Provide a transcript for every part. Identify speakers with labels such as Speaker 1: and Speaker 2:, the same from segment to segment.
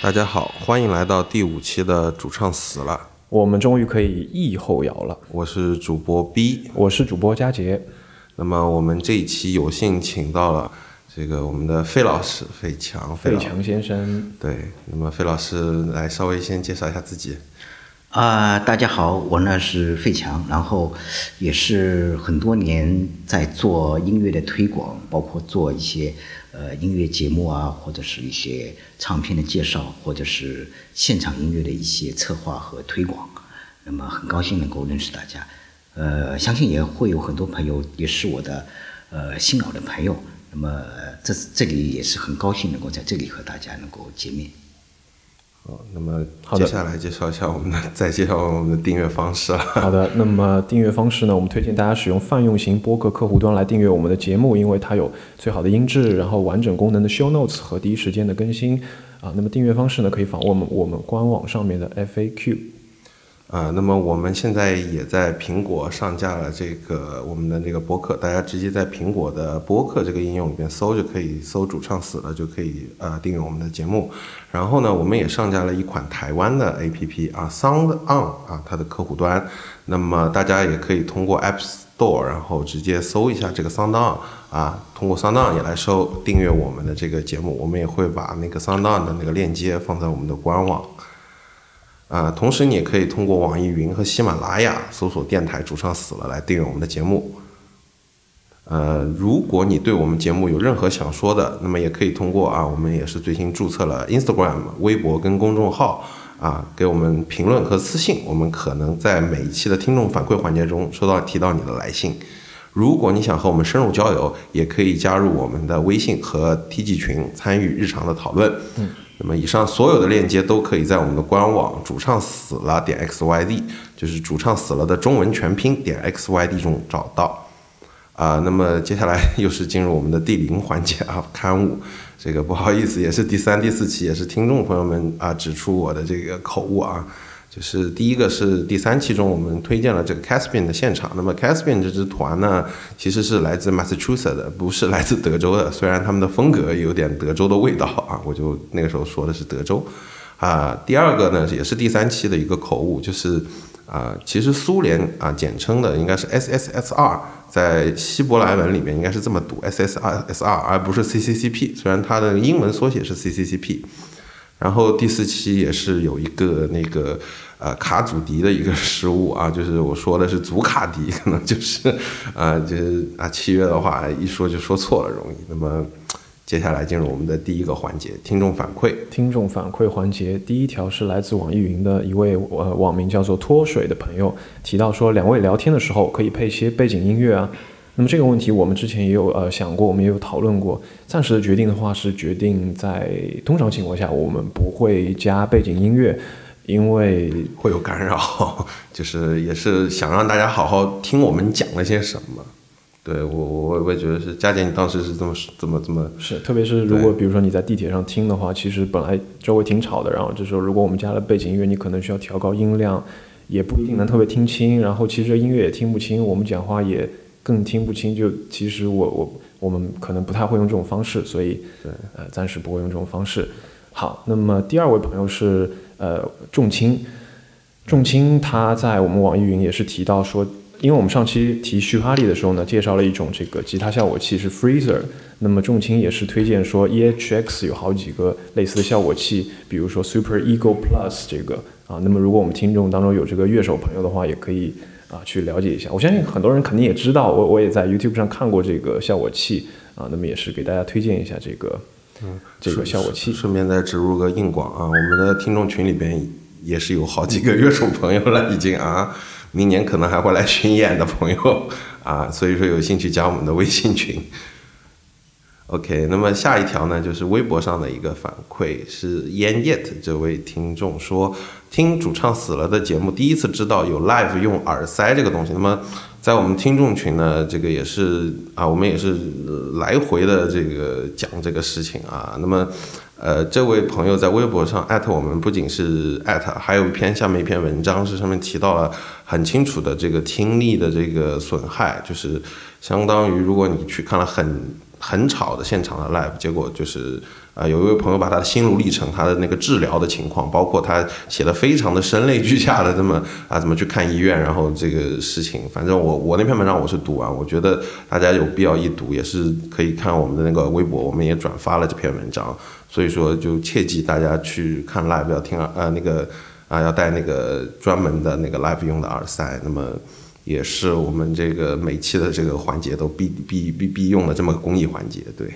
Speaker 1: 大家好，欢迎来到第五期的主唱死了，
Speaker 2: 我们终于可以疫后摇了。
Speaker 1: 我是主播 B。
Speaker 2: 我是主播佳杰，
Speaker 1: 那么我们这一期有幸请到了这个我们的费老师，费强，
Speaker 2: 费
Speaker 1: 老
Speaker 2: 强先生，
Speaker 1: 对，那么费老师来稍微先介绍一下自己。
Speaker 3: 啊、大家好，我呢是费强，然后也是很多年在做音乐的推广，包括做一些呃音乐节目啊，或者是一些唱片的介绍，或者是现场音乐的一些策划和推广。那么很高兴能够认识大家，呃，相信也会有很多朋友也是我的呃新老的朋友。那么呃这这里也是很高兴能够在这里和大家能够见面。
Speaker 1: 好，那么
Speaker 2: 好
Speaker 1: 接
Speaker 2: 的
Speaker 1: 下来介绍一下我们的，再介绍我们的订阅方式了。
Speaker 2: 好的，那么订阅方式呢？我们推荐大家使用泛用型播客客户端来订阅我们的节目，因为它有最好的音质，然后完整功能的 show notes 和第一时间的更新啊。那么订阅方式呢，可以访问我们我们官网上面的 FAQ。
Speaker 1: 啊、那么我们现在也在苹果上架了这个我们的这个播客，大家直接在苹果的播客这个应用里边搜就可以搜“主唱死了”，就可以呃订阅我们的节目。然后呢，我们也上架了一款台湾的 APP 啊，Sound On 啊，它的客户端。那么大家也可以通过 App Store，然后直接搜一下这个 Sound On 啊，通过 Sound On 也来收订阅我们的这个节目。我们也会把那个 Sound On 的那个链接放在我们的官网。啊，同时你也可以通过网易云和喜马拉雅搜索“电台主唱死了”来订阅我们的节目。呃，如果你对我们节目有任何想说的，那么也可以通过啊，我们也是最新注册了 Instagram、微博跟公众号啊，给我们评论和私信，我们可能在每一期的听众反馈环节中收到提到你的来信。如果你想和我们深入交流，也可以加入我们的微信和 TG 群，参与日常的讨论。嗯，那么以上所有的链接都可以在我们的官网“主唱死了”点 xyd，就是“主唱死了”的中文全拼点 xyd 中找到。啊、那么接下来 又是进入我们的第零环节啊，刊物。这个不好意思，也是第三、第四期，也是听众朋友们啊指出我的这个口误啊。就是第一个是第三期中我们推荐了这个 Caspian 的现场，那么 Caspian 这支团呢，其实是来自 Massachusetts 的，不是来自德州的，虽然他们的风格有点德州的味道啊，我就那个时候说的是德州。啊，第二个呢也是第三期的一个口误，就是啊，其实苏联啊简称的应该是 SSSR，在希伯来文里面应该是这么读 SSSR，而不是 CCCP，虽然它的英文缩写是 CCCP。然后第四期也是有一个那个呃卡祖笛的一个失误啊，就是我说的是祖卡笛，可能就是呃就是啊契约的话一说就说错了，容易。那么接下来进入我们的第一个环节，听众反馈。
Speaker 2: 听众反馈环节，第一条是来自网易云的一位呃网名叫做脱水的朋友提到说，两位聊天的时候可以配一些背景音乐啊。那么这个问题我们之前也有呃想过，我们也有讨论过。暂时的决定的话是决定在通常情况下我们不会加背景音乐，因为
Speaker 1: 会有干扰， 就是也是想让大家好好听我们讲了些什么。对我我我也觉得是佳姐，你当时是这么这么这么
Speaker 2: 是，特别是如果比如说你在地铁上听的话，其实本来周围挺吵的，然后这时候如果我们加了背景音乐，你可能需要调高音量，也不一定能特别听清。然后其实音乐也听不清，我们讲话也更听不清。就其实我我我们可能不太会用这种方式，所以呃暂时不会用这种方式。好，那么第二位朋友是呃仲青，仲青他在我们网易云也是提到说，因为我们上期提徐哈利的时候呢，介绍了一种这个吉他效果器是 Freezer，那么仲青也是推荐说 EHX 有好几个类似的效果器，比如说 Super Ego Plus 这个啊，那么如果我们听众当中有这个乐手朋友的话，也可以啊去了解一下。我相信很多人肯定也知道，我我也在 YouTube 上看过这个效果器啊，那么也是给大家推荐一下这个。这个效果器
Speaker 1: 顺顺便再植入个硬广啊，我们的听众群里边也是有好几个乐手朋友了，已经啊，明年可能还会来巡演的朋友啊，所以说有兴趣加我们的微信群。OK，那么下一条呢，就是微博上的一个反馈，是 Yan Yet 这位听众说，听主唱死了的节目，第一次知道有 live 用耳塞这个东西。那么在我们听众群呢，这个也是啊，我们也是呃来回的这个讲这个事情啊。那么，呃，这位朋友在微博上艾特我们，不仅是艾特，还有一篇下面一篇文章是上面提到了很清楚的这个听力的这个损害，就是相当于如果你去看了很很吵的现场的 live，结果就是呃，有一位朋友把他的心路历程、他的那个治疗的情况，包括他写的非常的声泪俱下的这么啊怎么去看医院，然后这个事情，反正我我那篇文章我是读完，我觉得大家有必要一读，也是可以看我们的那个微博，我们也转发了这篇文章，所以说就切记大家去看 live 要听呃那个啊、要带那个专门的那个 live 用的耳塞，那么。也是我们这个每期的这个环节都必必必必用的这么个公益环节，对。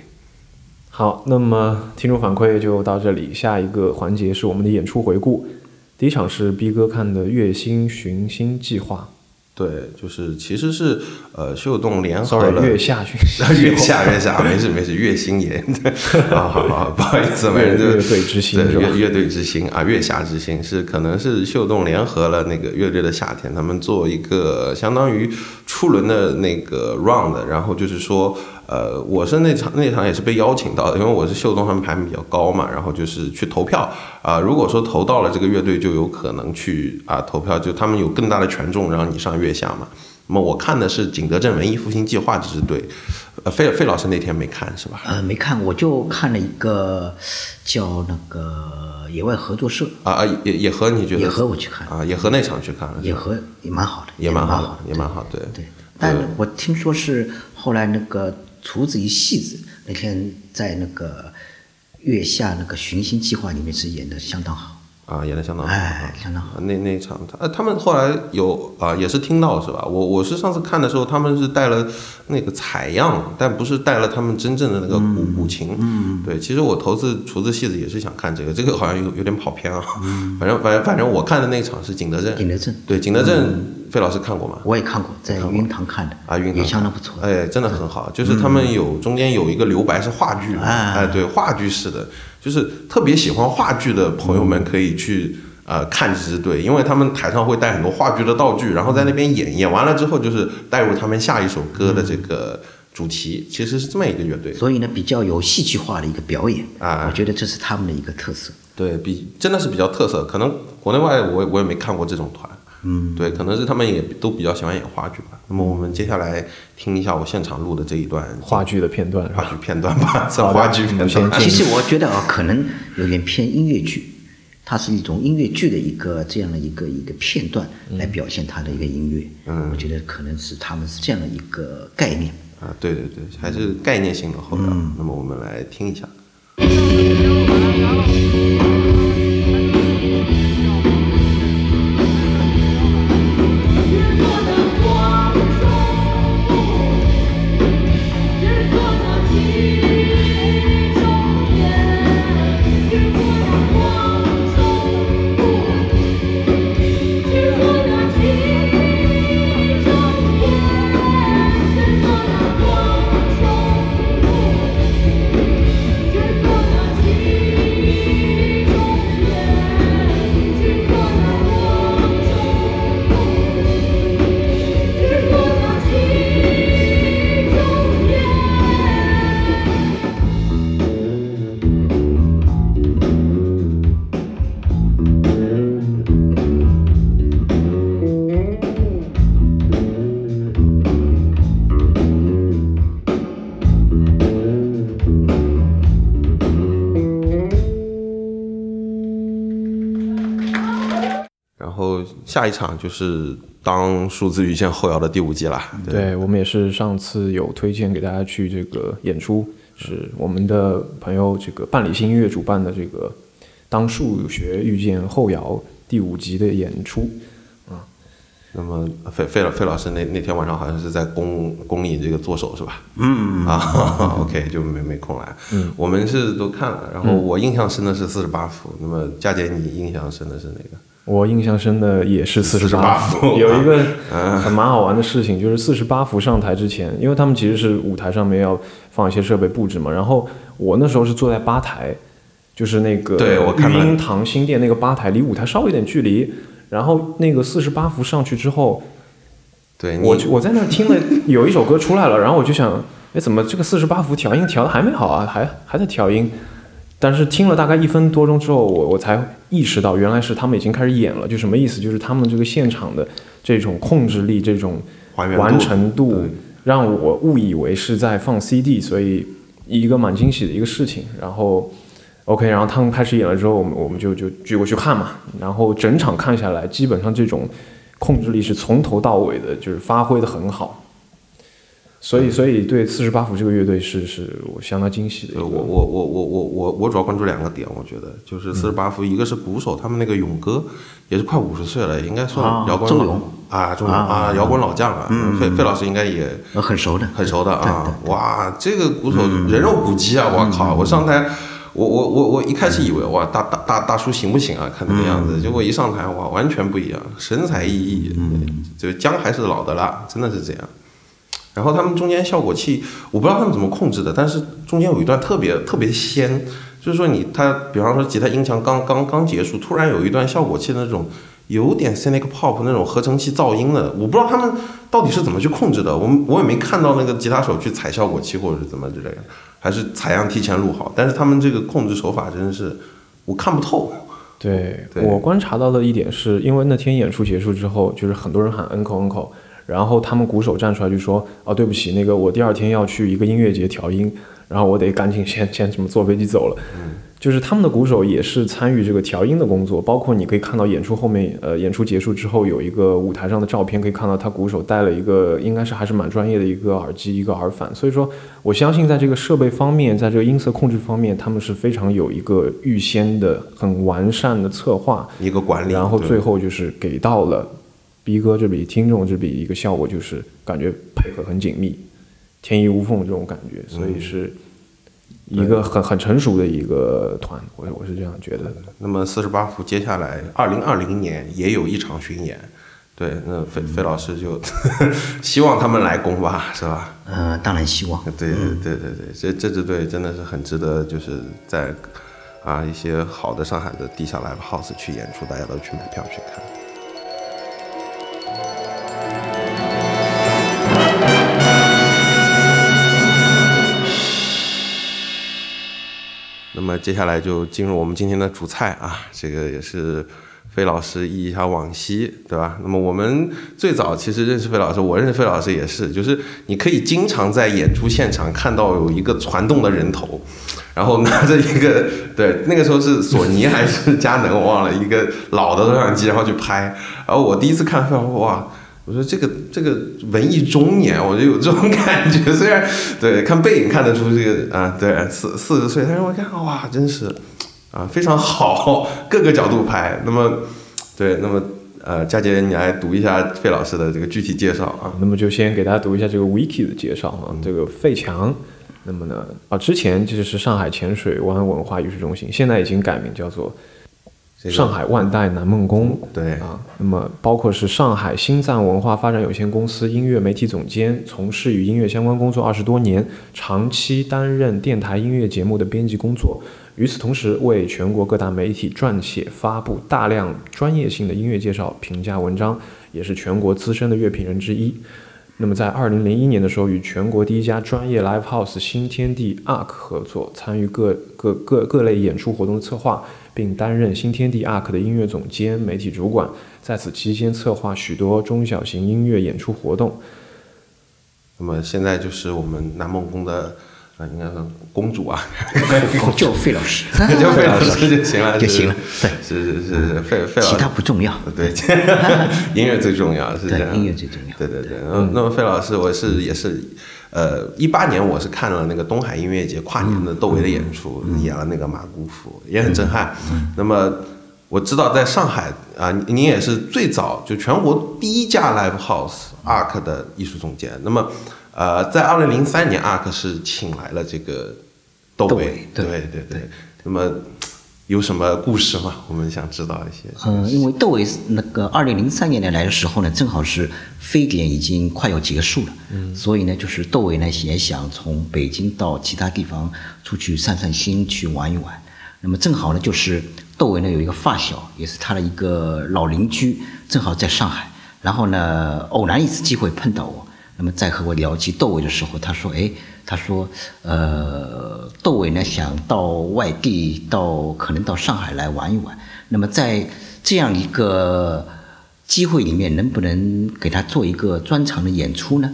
Speaker 2: 好，那么听众反馈就到这里，下一个环节是我们的演出回顾。第一场是逼哥看的《月星寻星计划
Speaker 1: 对，就是其实是呃，秀动联》合
Speaker 2: ，sorry，
Speaker 1: 了
Speaker 2: 月下寻 星
Speaker 1: 月下月下，没事没事，月星 也，对好好好，不好意思，没人就
Speaker 2: 乐队之星
Speaker 1: 对
Speaker 2: 是吧
Speaker 1: 乐乐队之星啊，月下之星是可能是秀动联合了那个乐队的夏天，他们做一个相当于初轮的那个 round，然后就是说。呃，我是那场那场也是被邀请到的，因为我是秀动他们排名比较高嘛，然后就是去投票啊、如果说投到了这个乐队，就有可能去啊、投票，就他们有更大的权重，让你上月下嘛。那么我看的是景德镇文艺复兴计划这支队，呃，费费老师那天没看是吧？
Speaker 3: 呃，没看，我就看了一个叫那个野外合作社，
Speaker 1: 啊啊，也也和你觉得
Speaker 3: 野合我去看，
Speaker 1: 啊，也和那场去看了，
Speaker 3: 野合也蛮好的，
Speaker 1: 也蛮
Speaker 3: 好
Speaker 1: 好的，也蛮好，对
Speaker 3: 对，但我听说是后来那个厨子与戏子那天在那个月下那个寻星计划里面是演的相当好，
Speaker 1: 啊，演的相当好。
Speaker 3: 哎，相当好。
Speaker 1: 啊，那那一场，他呃，他们后来有啊、也是听到是吧？我我是上次看的时候，他们是带了那个采样，但不是带了他们真正的那个古、古琴。嗯，对，其实我投资厨子戏子也是想看这个，这个好像有有点跑偏啊。反正反正反正我看的那场是景德镇，
Speaker 3: 景德镇
Speaker 1: 对景德镇，费老师看过吗？
Speaker 3: 我也看过，在云堂看的
Speaker 1: 啊，云南
Speaker 3: 也相当不错。
Speaker 1: 哎，真的很好。就是他们有中间有一个留白是话剧嘛，
Speaker 3: 啊
Speaker 1: 哎，对，话剧式的，就是特别喜欢话剧的朋友们可以去。呃，看这支队，因为他们台上会带很多话剧的道具，然后在那边演，演完了之后就是带入他们下一首歌的这个主题，其实是这么一个乐队。
Speaker 3: 所以呢，比较有戏剧化的一个表演，
Speaker 1: 哎啊
Speaker 3: 我觉得这是他们的一个特色。
Speaker 1: 对比真的是比较特色，可能国内外我也我也没看过这种团，嗯，对，可能是他们也都比较喜欢演话剧吧。那么我们接下来听一下我现场录的这一段》
Speaker 2: 话剧的片段是
Speaker 1: 话
Speaker 2: 吧？
Speaker 1: 剧片段吧，算
Speaker 2: 好的
Speaker 1: 话剧片
Speaker 2: 我
Speaker 1: 段
Speaker 2: 先。
Speaker 3: 其实我觉得啊，可能有点偏音乐剧，它是一种音乐剧的一个这样的一个一个片段来表现它的一个音乐。嗯，我觉得可能是他们是这样的一个概念。
Speaker 1: 啊，对对对，还是概念性的后摇。那么我们来听一下。
Speaker 4: 日落的光中，日落的其中间，日落的光中，日落的其中间，日落的光中，日落的其中间，日落的光中。日落到其中间。
Speaker 1: 然后下一场就是当数字遇见后摇的第五季啦。
Speaker 2: 对我们也是上次有推荐给大家去这个演出，是我们的朋友这个伴理新音乐主办的这个《当数学遇见后摇》第五集的演出。
Speaker 1: 那么费费老费老师那那天晚上好像是在公公你这个做手是吧？嗯啊 ，OK 就没没空来。嗯，我们是都看了，然后我印象深的是四十八伏。那么佳姐你印象深的是哪个？
Speaker 2: 我印象深的也是四十
Speaker 1: 48
Speaker 2: 伏，
Speaker 1: 伏
Speaker 2: 有一个很蛮好玩的事情，就是四十八伏上台之前，因为他们其实是舞台上面要放一些设备布置嘛，然后我那时候是坐在吧台，就是那个
Speaker 1: 对我看
Speaker 2: 育
Speaker 1: 到
Speaker 2: 婴堂新店那个吧台，离舞台稍微有点距离，然后那个四十八伏上去之后，
Speaker 1: 对你
Speaker 2: 我我在那听 了有一首歌出来了，然后我就想，哎，怎么这个四十八伏调音调的还没好啊，还还在调音？但是听了大概一分多钟之后，我我才意识到，原来是他们已经开始演了。就什么意思？就是他们这个现场的这种控制力、这种
Speaker 1: 还原度
Speaker 2: 完成度
Speaker 1: 对，
Speaker 2: 让我误以为是在放 CD，所以一个蛮惊喜的一个事情。然后 OK，然后他们开始演了之后，我们我们就就聚过去看嘛。然后整场看下来，基本上这种控制力是从头到尾的，就是发挥的很好。所以，所以对四十八伏这个乐队是是我相当惊喜的一
Speaker 1: 对
Speaker 2: 个。
Speaker 1: 呃我我我我我我我主要关注两个点，我觉得就是四十八伏，一个是鼓手，他们那个勇哥也是快五十岁了，应该算
Speaker 3: 啊
Speaker 1: 摇滚
Speaker 3: 周
Speaker 1: 老
Speaker 3: 勇
Speaker 1: 啊，周勇啊，摇滚老将了。费费老师应该也
Speaker 3: 呃，很熟的，
Speaker 1: 很熟的啊！哇，这个鼓手人肉鼓机啊！我靠，我上台，我我我我一开始以为哇，大大大大叔行不行啊？看那个样子，结果一上台哇，完全不一样，神采奕奕，就姜还是老的辣，真的是这样。然后他们中间效果器，我不知道他们怎么控制的，但是中间有一段特别特别仙，就是说你他，比方说吉他音墙刚刚刚结束，突然有一段效果器的那种有点 Cynic Pop 那种合成器噪音的，我不知道他们到底是怎么去控制的，我们我也没看到那个吉他手去踩效果器或者是怎么之类的，还是采样提前录好，但是他们这个控制手法真的是我看不透。
Speaker 2: 对
Speaker 1: 对
Speaker 2: 我观察到的一点是，因为那天演出结束之后，就是很多人喊 uncle uncle，然后他们鼓手站出来就说：“哦，对不起，那个我第二天要去一个音乐节调音，然后我得赶紧先先什么坐飞机走了。就是他们的鼓手也是参与这个调音的工作，包括你可以看到演出后面，呃，演出结束之后有一个舞台上的照片，可以看到他鼓手戴了一个应该是还是蛮专业的一个耳机，一个耳返。所以说，我相信在这个设备方面，在这个音色控制方面，他们是非常有一个预先的很完善的策划，
Speaker 1: 一个管理，
Speaker 2: 然后
Speaker 1: 对
Speaker 2: 最后就是给到了逼哥这里听众这里一个效果，就是感觉配合很紧密，天衣无缝这种感觉，
Speaker 1: 嗯
Speaker 2: 所以是一个很很成熟的一个团，我我是这样觉得的。
Speaker 1: 那么四十八伏接下来二零二零年也有一场巡演，对，那费费老师就 希望他们来攻吧，是吧？
Speaker 3: 呃，当 然希望。
Speaker 1: 对对对对对，这这支队真的是很值得，就是在啊一些好的上海的地下 live house 去演出，大家都去买票去看。那么接下来就进入我们今天的主菜啊，这个也是费老师忆一下往昔，对吧？那么我们最早其实认识费老师，我认识费老师也是，就是你可以经常在演出现场看到有一个传动的人头，然后拿着一个对那个时候是索尼还是佳能，我忘了一个老的摄像机，然后去拍。然后我第一次看费老师，哇！我说这个这个文艺中年，我就有这种感觉。虽然 对看背影看得出这个啊，对四四十岁，但是我一看哇，真是啊非常好， 各个角度拍。那么对，那么呃，佳姐你来读一下费老师的这个具体介绍啊。
Speaker 2: 那么就先给大家读一下这个 wiki 的介绍啊，
Speaker 1: 嗯
Speaker 2: 这个费强。那么呢，啊，之前就是上海浅水湾文化艺术中心，现在已经改名叫做
Speaker 1: 这个
Speaker 2: 上海万代南梦宫。
Speaker 1: 对
Speaker 2: 啊，那么包括是上海新赞文化发展有限公司音乐媒体总监，从事与音乐相关工作二十多年，长期担任电台音乐节目的编辑工作。与此同时，为全国各大媒体撰写、发布大量专业性的音乐介绍、评价文章，也是全国资深的乐评人之一。那么在二零零一年的时候，与全国第一家专业 live house 新天地 ARC 合作，参与各各各各类演出活动的策划，并担任新天地 ARC 的音乐总监、媒体主管。在此期间，策划许多中小型音乐演出活动。
Speaker 1: 那么现在就是我们南梦宫的啊，应该说公主啊，
Speaker 3: 哦就费老师，
Speaker 1: 叫费老 师就行了，
Speaker 3: 就是行了。对，
Speaker 1: 是是是是费费老师，
Speaker 3: 其他不重要。
Speaker 1: 对， 音乐最重要，是这
Speaker 3: 对
Speaker 1: 样。
Speaker 3: 音乐最重要嗯
Speaker 1: 对对对，嗯，那么费老师，我是也是，呃，一八年我是看了那个东海音乐节跨年的
Speaker 3: 嗯
Speaker 1: 窦唯的演出，演了那个马姑父，也很震撼。
Speaker 3: 嗯
Speaker 1: 那么我知道在上海啊，您您也是最早就全国第一家 live house
Speaker 3: 嗯
Speaker 1: ARK 的艺术总监。那么，呃，在二零零三年，ARK 是请来了这个窦
Speaker 3: 窦
Speaker 1: 唯
Speaker 3: 唯，
Speaker 1: 对
Speaker 3: 对
Speaker 1: 对对。那么有什么故事吗？我们想知道一些。
Speaker 3: 嗯，因为窦唯那个二零零三年来的时候呢，正好是非典已经快要结束了，嗯，所以呢，就是窦唯呢也想从北京到其他地方出去散散心，去玩一玩。那么正好呢，就是窦唯呢有一个发小，也是他的一个老邻居，正好在上海，然后呢，偶然一次机会碰到我，那么在和我聊起窦唯的时候，他说：“哎，他说，呃，窦唯呢想到外地，到可能到上海来玩一玩。那么在这样一个机会里面，能不能给他做一个专场的演出呢？”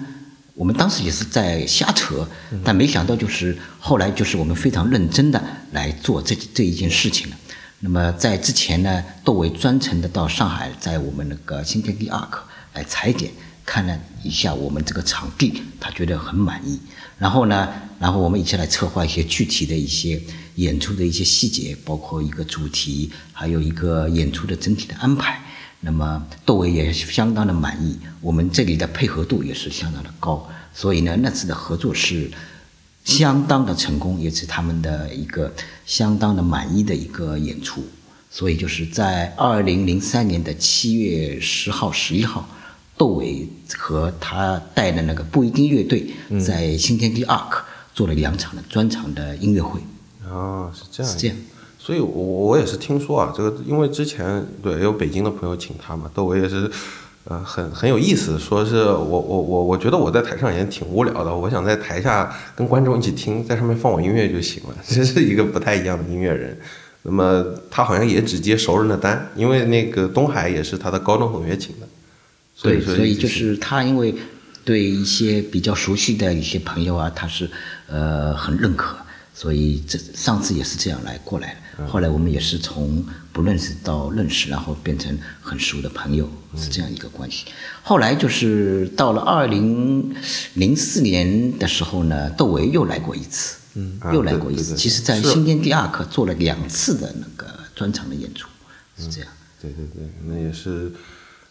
Speaker 3: 我们当时也是在瞎扯，但没想到就是后来就是我们非常认真的来做这这一件事情了。那么在之前呢，窦唯专程的到上海，在我们那个新天地 ARC 来裁剪，看了一下我们这个场地，他觉得很满意。然后呢，然后我们一起来策划一些具体的一些演出的一些细节，包括一个主题，还有一个演出的整体的安排。那么窦唯也相当的满意，我们这里的配合度也是相当的高，所以呢，那次的合作是相当的成功，也是他们的一个相当的满意的一个演出。所以就是在二零零三年的七月十号、十一号，窦唯和他带的那个不一定乐队在新天地 ARC 做了两场的专场的音乐会，
Speaker 1: 哦，是这样，
Speaker 3: 是这样。
Speaker 1: 所以我，我我也是听说啊，这个因为之前对也有北京的朋友请他嘛，窦唯也是，呃，很很有意思，说是我我我我觉得我在台上也挺无聊的，我想在台下跟观众一起听，在上面放我音乐就行了， 这是一个不太一样的音乐人。那么他好像也只接熟人的单，因为那个东海也是他的高中同学请的，所
Speaker 3: 对，
Speaker 1: 以说
Speaker 3: 所以
Speaker 1: 一直
Speaker 3: 就是他，因为对一些比较熟悉的一些朋友啊，他是呃很认可，所以这上次也是这样来过来
Speaker 1: 嗯
Speaker 3: 的。后来我们也是从不认识到认识，然后变成很熟的朋友，是这样一个关系。后来就是到了二零零四年的时候呢，窦唯又来过一次，嗯
Speaker 1: 啊
Speaker 3: 又来
Speaker 1: 对
Speaker 3: 过一
Speaker 1: 对
Speaker 3: 次。
Speaker 1: 对
Speaker 3: 其实，在
Speaker 1: 是
Speaker 3: 新天地二课做了两次的那个专场的演出，是这样。
Speaker 1: 对对对，那也是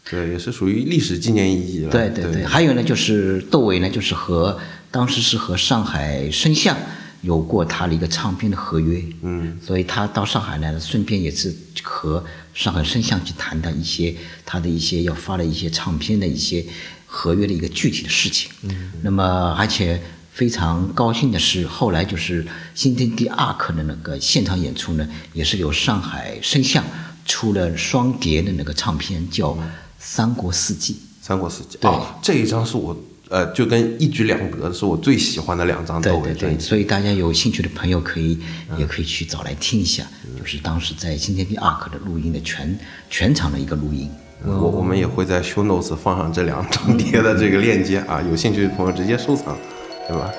Speaker 1: 对也是属于历史纪念意义了，
Speaker 3: 对
Speaker 1: 对
Speaker 3: 对对，还有呢，就是窦唯呢，就是和当时是和上海声像有过他的一个唱片的合约，嗯，所以他到上海来呢，顺便也是和上海声像去谈的一些他的一些要发的一些唱片的一些合约的一个具体的事情，嗯，那么而且。非常高兴的是，后来就是新天地 ARK 的那个现场演出呢，也是由上海声像出了双碟的那个唱片，叫《三国四季》。
Speaker 1: 三国四季
Speaker 3: 对
Speaker 1: 哦，这一张是我呃，就跟一举两得是我最喜欢的两张
Speaker 3: 对
Speaker 1: 窦唯
Speaker 3: 对
Speaker 1: 专
Speaker 3: 对，
Speaker 1: 辑。嗯
Speaker 3: 所以大家有兴趣的朋友可以、也可以去找来听一下，就是当时在新天地 ARK 的录音的全全场的一个录音。
Speaker 1: 我我们也会在 show notes 放上这两张碟的这个链接
Speaker 3: 嗯
Speaker 1: 啊，有兴趣的朋友直接收藏，对吧？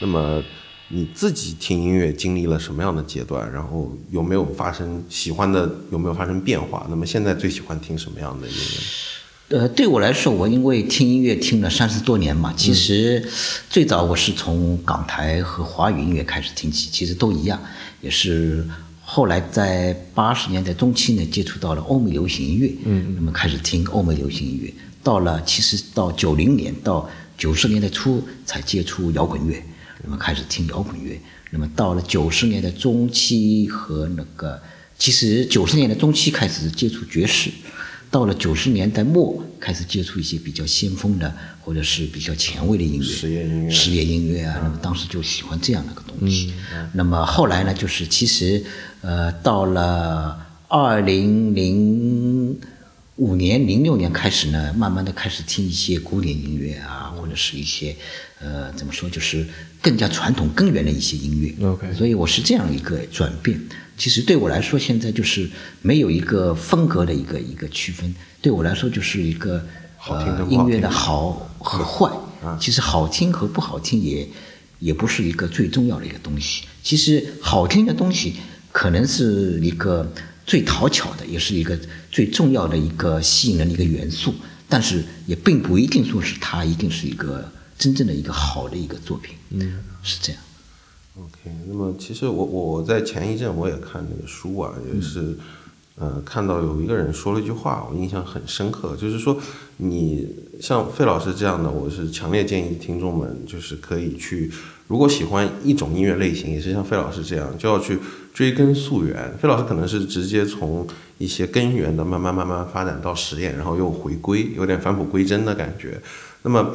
Speaker 1: 那么你自己听音乐经历了什么样的阶段？然后有没有发生喜欢的有没有发生变化？那么现在最喜欢听什么样的音乐？
Speaker 3: 呃，对我来说，我因为听音乐听了三十多年嘛，其实最早我是从港台和华语音乐开始听起，其实都一样，也是后来在八十年代中期呢接触到了欧美流行音乐，嗯，那么开始听欧美流行音乐，到了其实到九零年到九十年代初才接触摇滚乐，那么开始听摇滚乐，那么到了九十年代中期和那个，其实九十年代中期开始接触爵士。到了九十年代末，开始接触一些比较先锋的，或者是比较前卫的音乐，
Speaker 1: 实验音乐
Speaker 3: 实验音乐啊。那么当时就喜欢这样的一个东西。那么后来呢，就是其实呃，到了二零零五年、零六年开始呢，慢慢的开始听一些古典音乐啊，或者是一些呃，怎么说，就是更加传统根源的一些音乐。
Speaker 2: OK
Speaker 3: 所以我是这样一个转变。其实对我来说，现在就是没有一个风格的一个一个区分。对我来说，就是一个
Speaker 1: 好听跟
Speaker 3: 呃
Speaker 1: 不好
Speaker 3: 音乐的
Speaker 1: 听
Speaker 3: 好和坏。其实好听和不好听也也不是一个最重要的一个东西。其实好听的东西可能是一个最讨巧的，也是一个最重要的一个吸引人的一个元素，但是也并不一定说是它一定是一个真正的一个好的一个作品。嗯，是这样。
Speaker 1: OK，那么其实我我在前一阵我也看那个书啊，也是、呃看到有一个人说了一句话，我印象很深刻，就是说你像费老师这样的，我是强烈建议听众们就是可以去，如果喜欢一种音乐类型，也是像费老师这样，就要去追根溯源。费老师可能是直接从一些根源的慢慢慢慢发展到实验，然后又回归，有点返璞归真的感觉。那么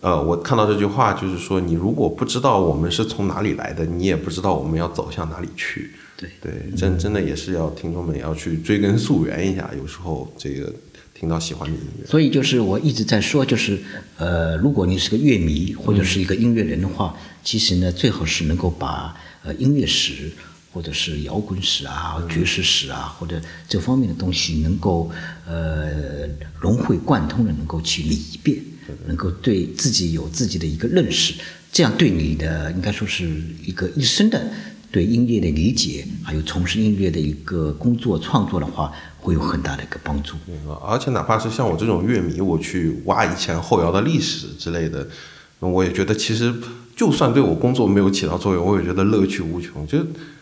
Speaker 1: 呃，我看到这句话就是说，你如果不知道我们是从哪里来的，你也不知道我们要走向哪里去。
Speaker 3: 对
Speaker 1: 对，
Speaker 3: 嗯
Speaker 1: 真真的也是要听众们也要去追根溯源一下，有时候这个听到喜欢的音乐，
Speaker 3: 所以就是我一直在说，就是呃，如果你是个乐迷或者是一个音乐人的话，其实呢，最好是能够把呃音乐史或者是摇滚史啊、爵士史啊，或者这方面的东西，能够呃融会贯通的，能够去理一遍，能够对自己有自己的一个认识，这样对你的应该说是一个一生的对音乐的理解，还有从事音乐的一个工作创作的话，会有很大的一个帮助。
Speaker 1: 而且哪怕是像我这种乐迷，我去挖以前后摇的历史之类的，那我也觉得其实就算对我工作没有起到作用，我也觉得乐趣无穷。就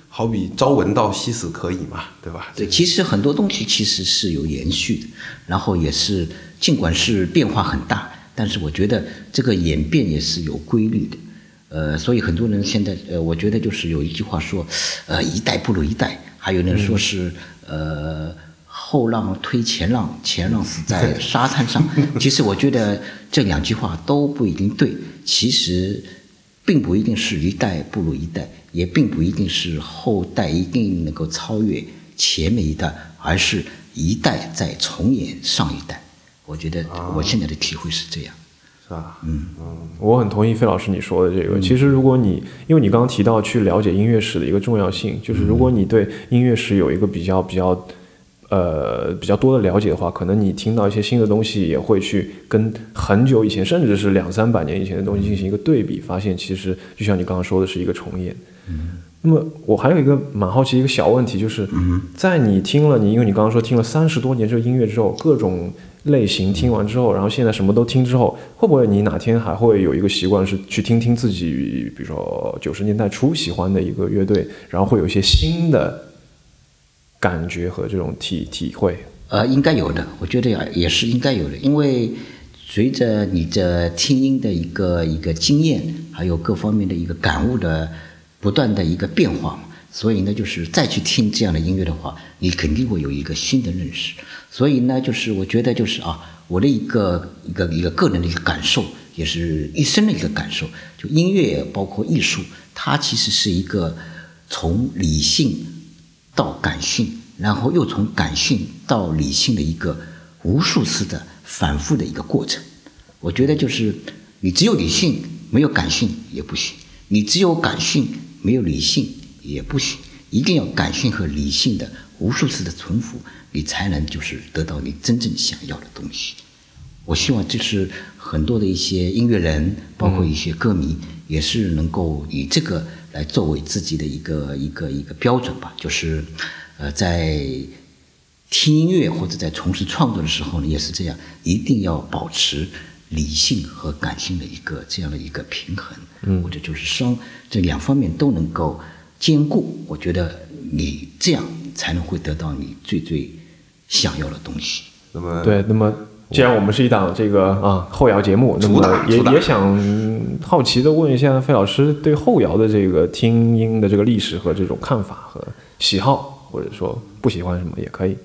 Speaker 1: 好比朝闻道，夕死可矣嘛，对吧？
Speaker 3: 对，其实很多东西其实是有延续的，然后也是尽管是变化很大，但是我觉得这个演变也是有规律的。呃，所以很多人现在呃，我觉得就是有一句话说，呃，一代不如一代，还有人说是、呃后浪推前浪，前浪死在沙滩上。其实我觉得这两句话都不一定对，其实。并不一定是一代不如一代，也并不一定是后代一定能够超越前面一代，而是一代在重演上一代。我觉得我现在的体会是这样。
Speaker 1: 是吧？
Speaker 2: 嗯我很同意费老师你说的这个。其实，如果你因为你刚刚提到去了解音乐史的一个重要性，就是如果你对音乐史有一个比较比较呃比较多的了解的话，可能你听到一些新的东西，也会去跟很久以前，甚至是两三百年以前的东西进行一个对比，发现其实就像你刚刚说的是一个重演。那么我还有一个蛮好奇一个小问题，就是在你听了你，因为你刚刚说听了三十多年这个音乐之后，各种类型听完之后，然后现在什么都听之后，会不会你哪天还会有一个习惯是去听听自己，比如说九十年代初喜欢的一个乐队，然后会有一些新的感觉和这种体体会？
Speaker 3: 呃，应该有的，我觉得也是应该有的，因为随着你的听音的一个一个经验，还有各方面的一个感悟的不断的一个变化嘛，所以呢，就是再去听这样的音乐的话，你肯定会有一个新的认识。所以呢，就是我觉得就是啊，我的一个一个一个个人的一个感受，也是一生的一个感受。就音乐包括艺术，它其实是一个从理性到感性，然后又从感性到理性的一个无数次的反复的一个过程。我觉得就是你只有理性没有感性也不行，你只有感性没有理性也不行，一定要感性和理性的无数次的重复，你才能就是得到你真正想要的东西。我希望这是很多的一些音乐人，包括一些歌迷，也是能够以这个来作为自己的一个一个一个标准吧，就是呃，在听音乐或者在从事创作的时候呢，也是这样，一定要保持理性和感性的一个这样的一个平衡，嗯，或者就是双这两方面都能够兼顾，我觉得你这样才能会得到你最最想要的东西。
Speaker 1: 那么
Speaker 2: 对，那么既然我们是一档这个啊后摇节目，那
Speaker 1: 嗯主
Speaker 2: 么
Speaker 1: 打
Speaker 2: 也
Speaker 1: 主打
Speaker 2: 也想好奇的问一下费老师对后摇的这个听音的这个历史和这种看法和喜好，或者说不喜欢什么也可以。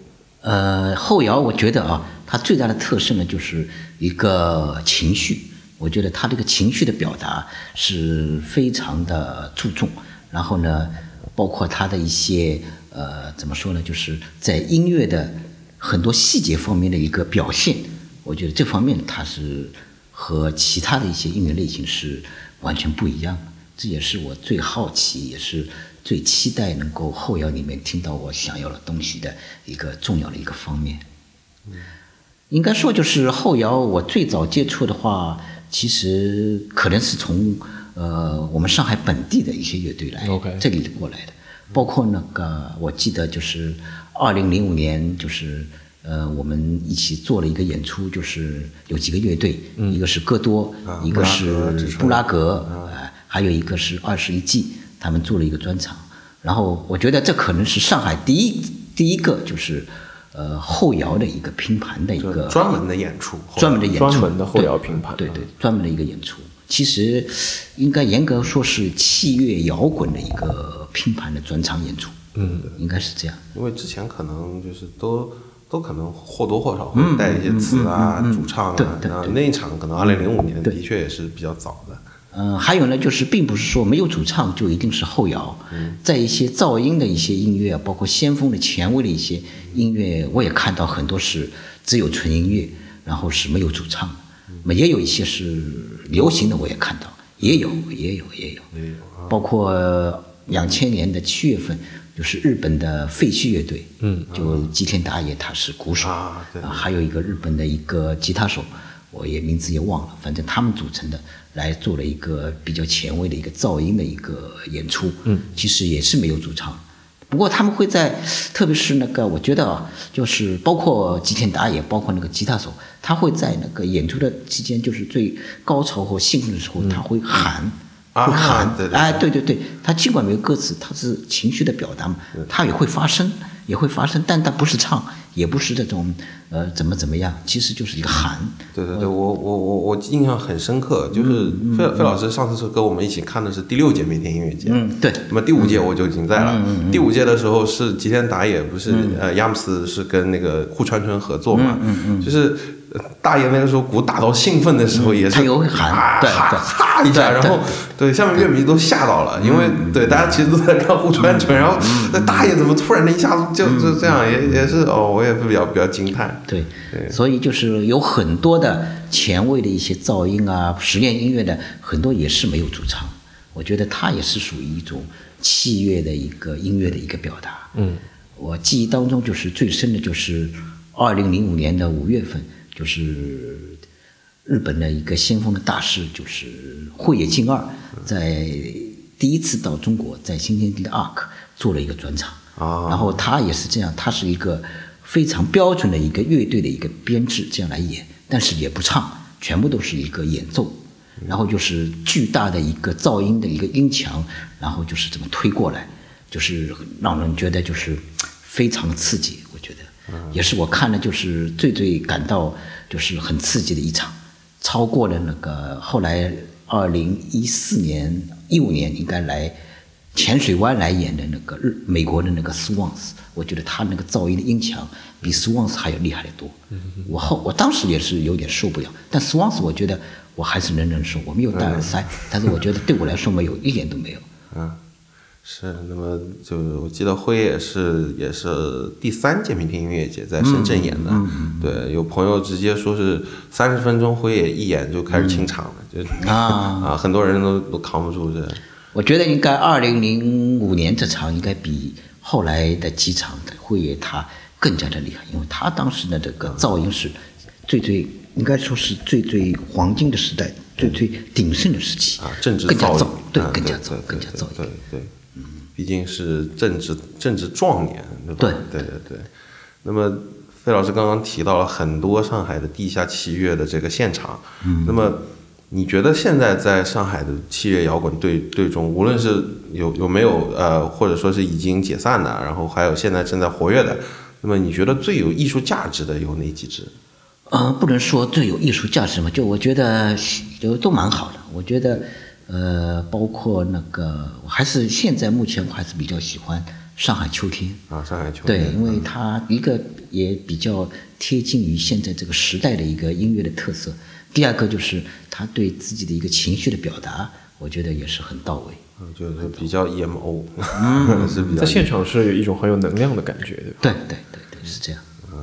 Speaker 3: 呃，后摇我觉得啊，它最大的特色呢，就是一个情绪。我觉得它这个情绪的表达是非常的注重，然后呢，包括它的一些呃，怎么说呢，就是在音乐的很多细节方面的一个表现。我觉得这方面它是和其他的一些音乐类型是完全不一样的。这也是我最好奇，也是最期待能够后摇里面听到我想要的东西的一个重要的一个方面。应该说就是后摇，我最早接触的话，其实可能是从呃我们上海本地的一些乐队来
Speaker 2: OK
Speaker 3: 这里过来的，包括那个我记得就是二零零五年就是。呃，我们一起做了一个演出，就是有几个乐队，一个是戈多，
Speaker 1: 嗯啊
Speaker 3: 一
Speaker 1: 布
Speaker 3: 个
Speaker 1: 拉
Speaker 3: 是
Speaker 1: 格之
Speaker 3: 布
Speaker 1: 春
Speaker 3: 拉格，呃，还有一个是二十一季，他们做了一个专场。然后我觉得这可能是上海第一第一个就是呃后摇的一个拼盘的一个
Speaker 1: 专门的演出，
Speaker 3: 专门的演出，
Speaker 2: 专门的后摇拼盘嗯
Speaker 3: 对对对，专门的一个演出。其实应该严格说是器乐摇滚的一个拼盘的专场演出，嗯，应该是这样。
Speaker 1: 因为之前可能就是都都可能或多或少会
Speaker 3: 嗯
Speaker 1: 带一些词啊、主唱
Speaker 3: 对
Speaker 1: 啊。
Speaker 3: 对
Speaker 1: 那
Speaker 3: 对
Speaker 1: 那一场可能二零零五年的确也是比较早的。
Speaker 3: 嗯，还有呢，就是并不是说没有主唱就一定是后摇，在一些噪音的一些音乐，包括先锋的前卫的一些音乐，我也看到很多是只有纯音乐，然后是没有主唱的，那么也有一些是流行的，我也看到，也有也有也有，包括两千年的七月份，就是日本的废墟乐队，嗯，就吉田达也他是鼓手，
Speaker 1: 啊对
Speaker 3: 还有一个日本的一个吉他手，我也名字也忘了，反正他们组成的来做了一个比较前卫的一个噪音的一个演出，嗯，其实也是没有主唱。不过他们会在，特别是那个，我觉得啊，就是包括吉田达也，包括那个吉他手，他会在那个演出的期间，就是最高潮和兴奋的时候，
Speaker 1: 嗯
Speaker 3: 他会喊，
Speaker 1: 啊
Speaker 3: 会喊，
Speaker 1: 对对对
Speaker 3: 哎，对对对，他尽管没有歌词，他是情绪的表达嘛，他也会发声，也会发声，但他不是唱，也不是这种呃怎么怎么样，其实就是一个喊，
Speaker 1: 对对对，我我我我印象很深刻，就是
Speaker 3: 嗯
Speaker 1: 费费老师上次是跟我们一起看的是第六届梅田音乐节，
Speaker 3: 嗯，对，嗯
Speaker 1: 那么第五届我就已经在了。第五届的时候是吉田打野，不是、呃亚姆斯是跟那个户川纯合作
Speaker 3: 嗯
Speaker 1: 嘛，就是呃大爷那个时候鼓打到兴奋的时候也是，
Speaker 3: 嗯他也会喊
Speaker 1: 啊
Speaker 3: 对
Speaker 1: 哈
Speaker 3: 对
Speaker 1: 哈一下，
Speaker 3: 对嗯
Speaker 1: 然后对下面乐迷都吓到了，因为对大家其实都在看户川纯，然后那大爷怎么突然的一下子就
Speaker 3: 嗯
Speaker 1: 就这样，也也是哦，我也比较比较惊叹。
Speaker 3: 对，所以就是有很多的前卫的一些噪音啊，实验音乐的很多也是没有主唱，我觉得它也是属于一种器乐的一个音乐的一个表达。嗯，我记忆当中就是最深的就是二零零五年的五月份，就是日本的一个先锋的大师，就是惠野进二，在第一次到中国，在新天地的 ARK 做了一个专场。
Speaker 1: 啊
Speaker 3: 然后他也是这样，他是一个非常标准的一个乐队的一个编制，这样来演，但是也不唱，全部都是一个演奏。然后就是巨大的一个噪音的一个音墙，然后就是这么推过来，就是让人觉得就是非常刺激，我觉得也是我看了就是最最感到就是很刺激的一场，超过了那个后来二零一四年一五年应该来浅水湾来演的那个日美国的那个 Swans，我觉得他那个噪音的音墙比 Swans 还要厉害得多。我后我当时也是有点受不了，但 Swans 我觉得我还是能忍受，我没有戴耳塞，但是我觉得对我来说没有一点都没有。
Speaker 1: 是，那么就我记得辉也是也是第三届明天音乐节在深圳演的，对，有朋友直接说是三十分钟辉也一演就开始清场了，就
Speaker 3: 啊
Speaker 1: 啊，很多人都都扛不住这，
Speaker 3: 我觉得应该二零零五年这场应该比后来的几场的辉爷他更加的厉害，因为他当时的这个噪音是最最应该说是最最黄金的时代，最最鼎盛的时期
Speaker 1: 啊，政治
Speaker 3: 更加
Speaker 1: 噪
Speaker 3: 噪
Speaker 1: 音，，
Speaker 3: 对
Speaker 1: 啊，
Speaker 3: 更加
Speaker 1: 对
Speaker 3: 噪，更加噪音。
Speaker 1: 对对，对毕竟是政治政治壮年，对吧？对
Speaker 3: 对
Speaker 1: 对对。那么费老师刚刚提到了很多上海的地下器乐的这个现场，
Speaker 3: 嗯
Speaker 1: 那么你觉得现在在上海的器乐摇滚队队中，无论是有有没有呃，或者说是已经解散的，然后还有现在正在活跃的，那么你觉得最有艺术价值的有哪几支？
Speaker 3: 呃，不能说最有艺术价值嘛，就我觉得都都蛮好的。我觉得，呃，包括那个，我还是现在目前我还是比较喜欢上海秋天。
Speaker 1: 啊，上海球
Speaker 3: 对嗯
Speaker 1: 队，
Speaker 3: 因为它一个也比较贴近于现在这个时代的一个音乐的特色，第二个就是他对自己的一个情绪的表达，我觉得也是很到位。
Speaker 1: 嗯就是比较 emo，、是
Speaker 3: 嗯
Speaker 1: 比较
Speaker 2: 在现场是有一种很有能量的感觉，对吧？
Speaker 3: 对对对对，是这样。
Speaker 1: 嗯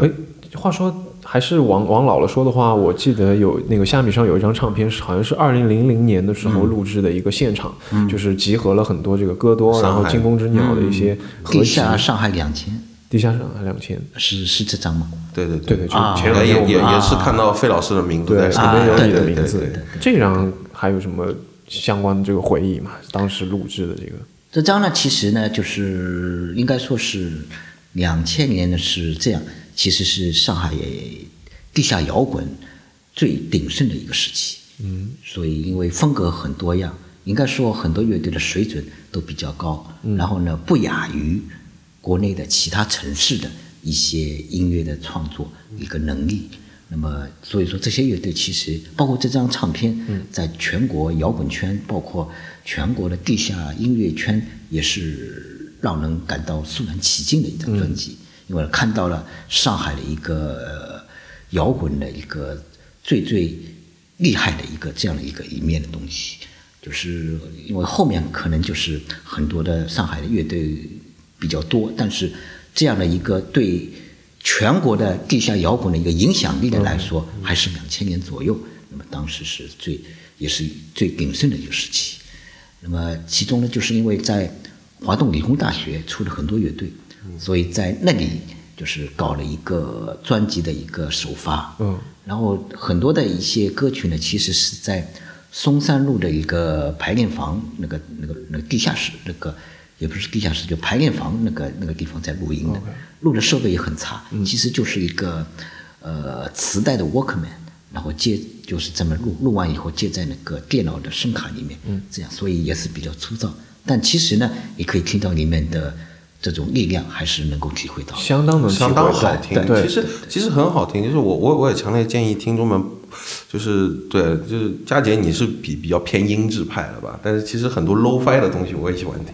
Speaker 2: 哎，话说还是往往老了说的话，我记得有那个虾米上有一张唱片，是好像是二零零零年的时候
Speaker 1: 嗯
Speaker 2: 录制的一个现场，就是集合了很多这个戈多，啊然
Speaker 1: 上
Speaker 2: 后
Speaker 1: 海嗯
Speaker 2: 惊弓之鸟的一些合
Speaker 3: 地
Speaker 2: 集，
Speaker 3: 下上海两千
Speaker 2: 地下上海两千，
Speaker 3: 是是这张吗？
Speaker 1: 对对
Speaker 2: 对对，
Speaker 1: 对
Speaker 2: 就
Speaker 3: 啊
Speaker 2: 前两
Speaker 1: 也
Speaker 2: 天我
Speaker 1: 也
Speaker 2: 们
Speaker 1: 也是看到费老师的名字在
Speaker 2: 对
Speaker 1: 上
Speaker 2: 上
Speaker 1: 面，
Speaker 2: 面
Speaker 1: 对对
Speaker 2: 有你的
Speaker 1: 对
Speaker 2: 名
Speaker 1: 对
Speaker 2: 字
Speaker 1: 对，
Speaker 2: 这张还有什么相关的这个回忆吗？当时录制的这个。
Speaker 3: 这张呢，其实呢，就是应该说是两千年呢是这样，其实是上海地下摇滚最鼎盛的一个时期。嗯，所以因为风格很多样，应该说很多乐队的水准都比较高，然后呢不亚于国内的其他城市的一些音乐的创作一个能力。那么，所以说这些乐队其实包括这张唱片，在全国摇滚圈，包括全国的地下音乐圈，也是让人感到肃然起敬的一张专辑，因为看到了上海的一个呃摇滚的一个最最厉害的一个这样的一个一面的东西。就是因为后面可能就是很多的上海的乐队比较多，但是这样的一个对全国的地下摇滚的一个影响力的来说，还是两千年左右。那么当时是最也是最鼎盛的一个时期。那么其中呢，就是因为在华东理工大学出了很多乐队，所以在那里就是搞了一个专辑的一个首发。
Speaker 2: 嗯，
Speaker 3: 然后很多的一些歌曲呢，其实是在松山路的一个排练房那个那个那个地下室那个。也不是地下室，就排练房那个那个地方在录音的录的设备也很差，其实就是一个呃磁带的 Walkman，然后接就是这么录，录完以后接在那个电脑的声卡里面，这样，所以也是比较粗糙。但其实呢，你可以听到里面的这种力量，还是能够体会到的。
Speaker 2: 相当能体
Speaker 1: 相
Speaker 2: 会
Speaker 1: 当
Speaker 2: 到
Speaker 1: 好听。
Speaker 2: 对，
Speaker 1: 其实其实很好听。就是我我我也强烈建议听众们，就是对，就是佳姐你是比比较偏音质派的吧？但是其实很多 low fi 的东西我也喜欢听。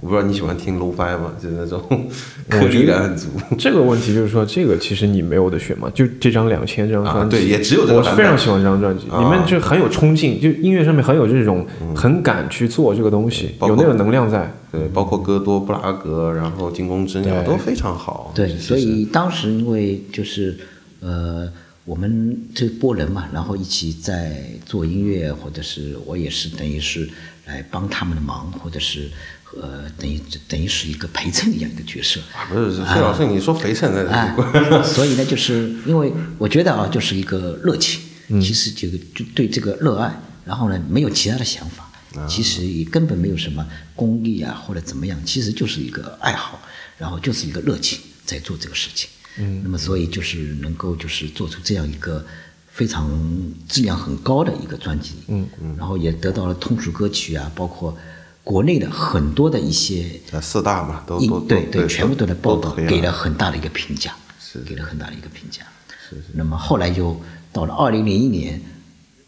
Speaker 1: 我不知道你喜欢听 low fi 吗？就是那 种颗粒感很足。
Speaker 2: 这个问题就是说，这个其实你没有得选嘛，就这张两千这张专辑、
Speaker 1: 啊对也只有这个
Speaker 2: 我
Speaker 1: 版本
Speaker 2: 是非常喜欢这张专辑，
Speaker 1: 啊嗯
Speaker 2: 里面就很有冲劲，就音乐上面很有这种很敢去做这个东西，
Speaker 1: 包
Speaker 2: 有
Speaker 1: 括
Speaker 2: 那种能量在。
Speaker 1: 对，包括戈多、布拉格，然后惊弓之鸟
Speaker 2: 对
Speaker 1: 都非常好。
Speaker 3: 对，
Speaker 1: 其实
Speaker 3: 所以当时因为就是呃，我们这波人嘛，然后一起在做音乐，或者是我也是等于是来帮他们的忙，或者是呃，等于等于是一个陪衬一样的角色。
Speaker 1: 啊不是是费老师，你说肥城的，
Speaker 3: 哎， 所以呢，就是因为我觉得啊，就是一个热情，其实就就对这个热爱，然后呢，没有其他的想法，其实也根本没有什么功利啊或者怎么样，其实就是一个爱好，然后就是一个热情在做这个事情。嗯，那么所以就是能够就是做出这样一个非常质量很高的一个专辑，嗯嗯，然后也得到了通俗歌曲啊，包括国内的很多的一些
Speaker 1: 呃四大嘛，都
Speaker 3: 应
Speaker 1: 都
Speaker 3: 对对，全部都啊在报道，
Speaker 1: 推
Speaker 3: 给了很大的一个评价，给了很大的一个评价。那么后来就到了二零零一年，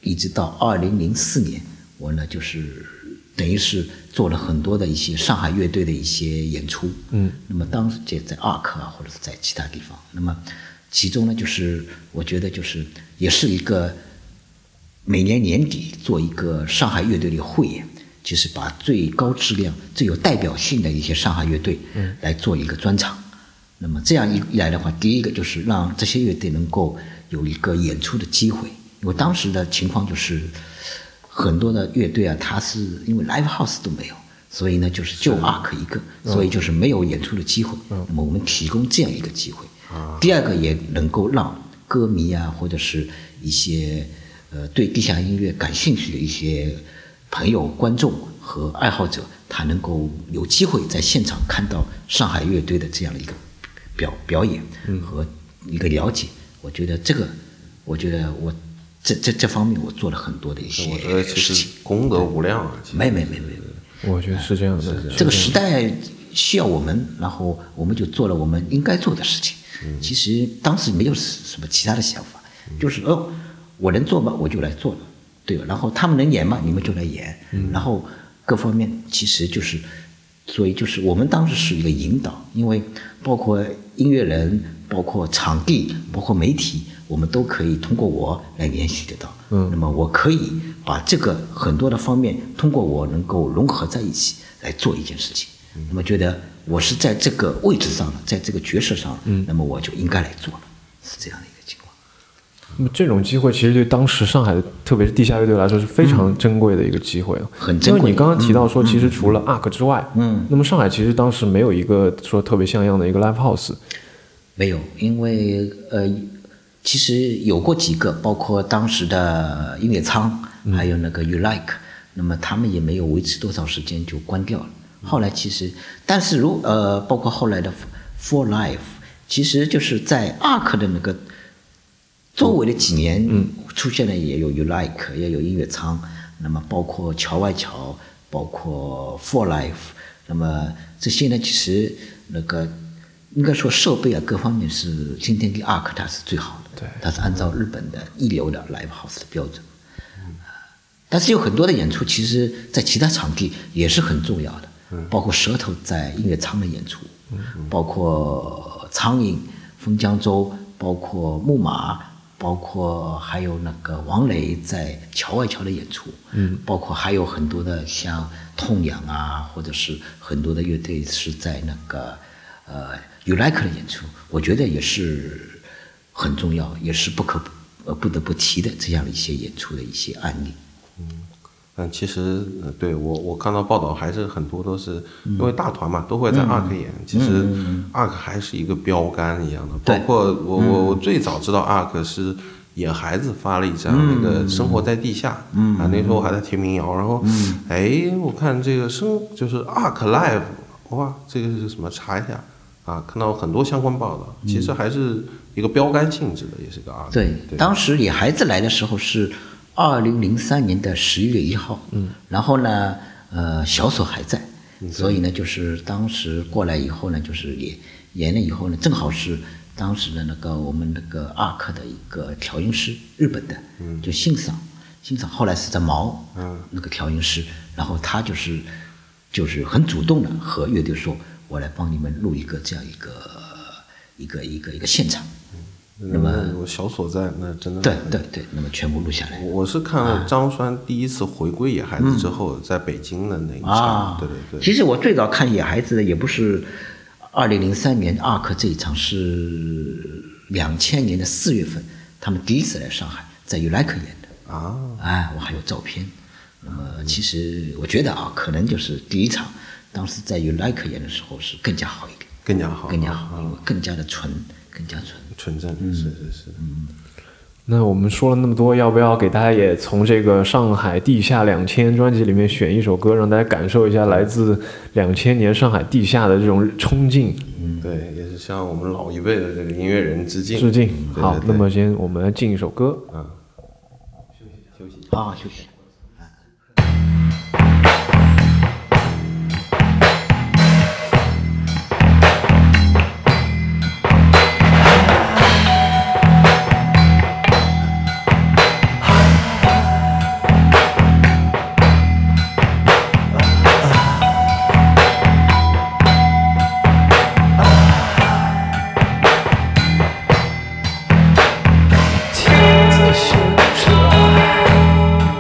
Speaker 3: 一直到二零零四年，我呢就是等于是做了很多的一些上海乐队的一些演出。嗯，那么当时也在 ARK 啊，或者是在其他地方。那么其中呢，就是我觉得就是也是一个每年年底做一个上海乐队的汇演，就是把最高质量、最有代表性的一些上海乐队，来做一个专场。那么这样一一来的话，第一个就是让这些乐队能够有一个演出的机会。因为当时的情况就是，很多的乐队啊，它是因为 live house 都没有，所以呢就是就 arc 一个，所以就是没有演出的机会。那么我们提供这样一个机会，第二个也能够让歌迷啊，或者是一些呃对地下音乐感兴趣的一些朋友、观众和爱好者，他能够有机会在现场看到上海乐队的这样的一个表表演和一个了解。我觉得这个，我觉得我这这这方面我做了很多的一些
Speaker 1: 我觉得其
Speaker 3: 事情
Speaker 1: 实。功德无量啊。其实
Speaker 3: 没没没没，
Speaker 2: 我觉得是这样的，
Speaker 3: 这个时代需要我们，然后我们就做了我们应该做的事情。其实当时没有什么其他的想法，就是哦，我能做吗？我就来做了，对吧？然后他们能演吗？你们就来演。嗯然后各方面其实就是，所以就是我们当时是一个引导，因为包括音乐人、包括场地、包括媒体，我们都可以通过我来联系得到。嗯，那么我可以把这个很多的方面通过我能够融合在一起来做一件事情。那么觉得我是在这个位置上了，在这个角色上了，那么我就应该来做了，是这样的一个情况。
Speaker 2: 那么这种机会其实对当时上海的，特别是地下乐队来说是非常珍贵的一个机会啊。
Speaker 3: 很珍贵
Speaker 2: 因为你刚刚提到说，其实除了 ARK 之外，嗯，那么上海其实当时没有一个说特别像样的一个 live house，
Speaker 3: 没有，因为呃，其实有过几个，包括当时的音乐仓，还有那个 You Like，、那么他们也没有维持多少时间就关掉了。后来其实，但是如呃，包括后来的 For Life，其实就是在 ARK 的那个周围的几年，出现了也有 You Like，也有音乐仓，那么包括桥外桥，包括 For Life，那么这些呢，其实那个应该说设备啊各方面是今天的 ARK 它是最好的，
Speaker 2: 对
Speaker 3: 它是按照日本的一流的 Live House 的标准。但是有很多的演出，其实在其他场地也是很重要的，包括舌头在音乐仓的演出，包括苍蝇、封江州，包括木马，包括还有那个王磊在桥外桥的演出，包括还有很多的像痛痒啊，或者是很多的乐队是在那个呃 u l i k e 的演出，我觉得也是很重要，也是不可不呃不得不提的这样一些演出的一些案例。
Speaker 1: 哎但其实，呃对我我看到报道还是很多都是
Speaker 3: 嗯
Speaker 1: 因为大团嘛，都会在 ARK 演。其实 ARK 还是一个标杆一样的，包
Speaker 3: 对嗯
Speaker 1: 括我我我最早知道 ARK 是野孩子发了一张
Speaker 3: 嗯
Speaker 1: 那个《生活在地下》，啊，那时候我还在听民谣，然后
Speaker 3: 嗯
Speaker 1: 哎，我看这个生就是 ARK Live，哇，这个是什么？查一下啊，看到很多相关报道，其实还是一个标杆性质的，也是个 ARK。
Speaker 3: 嗯啊对，
Speaker 1: 对
Speaker 3: 当时野孩子来的时候是二零零三年的十一月一号，嗯，然后呢，呃，小锁还在，所以呢，就是当时过来以后呢，就是也演了以后呢，正好是当时的那个我们那个 ARK 的一个调音师，日本的，嗯，就欣赏，欣赏后来是在毛，嗯，那个调音师，然后他就是就是很主动的和乐队说，我来帮你们录一个这样一个一个一个一个现场，
Speaker 1: 那么我嗯小所在那真的
Speaker 3: 对
Speaker 1: 很
Speaker 3: 对啊对，那么全部录下来。
Speaker 1: 我我是看了张栓第一次回归野孩子之后，在北京的那一场，
Speaker 3: 嗯啊，
Speaker 1: 对对
Speaker 3: 其
Speaker 1: 对，
Speaker 3: 实我最早看野孩子的也不是二零零三年 ARK 这一场，是两千年的四月份，他们第一次来上海，在 Ulike 演的。
Speaker 1: 啊，
Speaker 3: 哎，我还有照片。那么其实我觉得啊，可能就是第一场，当时在 Ulike 演的时候是更加好一点，
Speaker 1: 更加好，
Speaker 3: 更加好，嗯因为更加的纯，更加纯。
Speaker 1: 纯正，是是是，
Speaker 2: 那我们说了那么多，要不要给大家也从这个《上海地下两千》专辑里面选一首歌，让大家感受一下来自两千年上海地下的这种冲劲、
Speaker 3: 嗯
Speaker 1: 对，也是向我们老一辈的这个音乐人致敬，
Speaker 2: 致敬？
Speaker 1: 对
Speaker 2: 好
Speaker 1: 对，对
Speaker 2: 那么先我们来进一首歌。
Speaker 3: 啊，休息。
Speaker 5: 天子心是爱，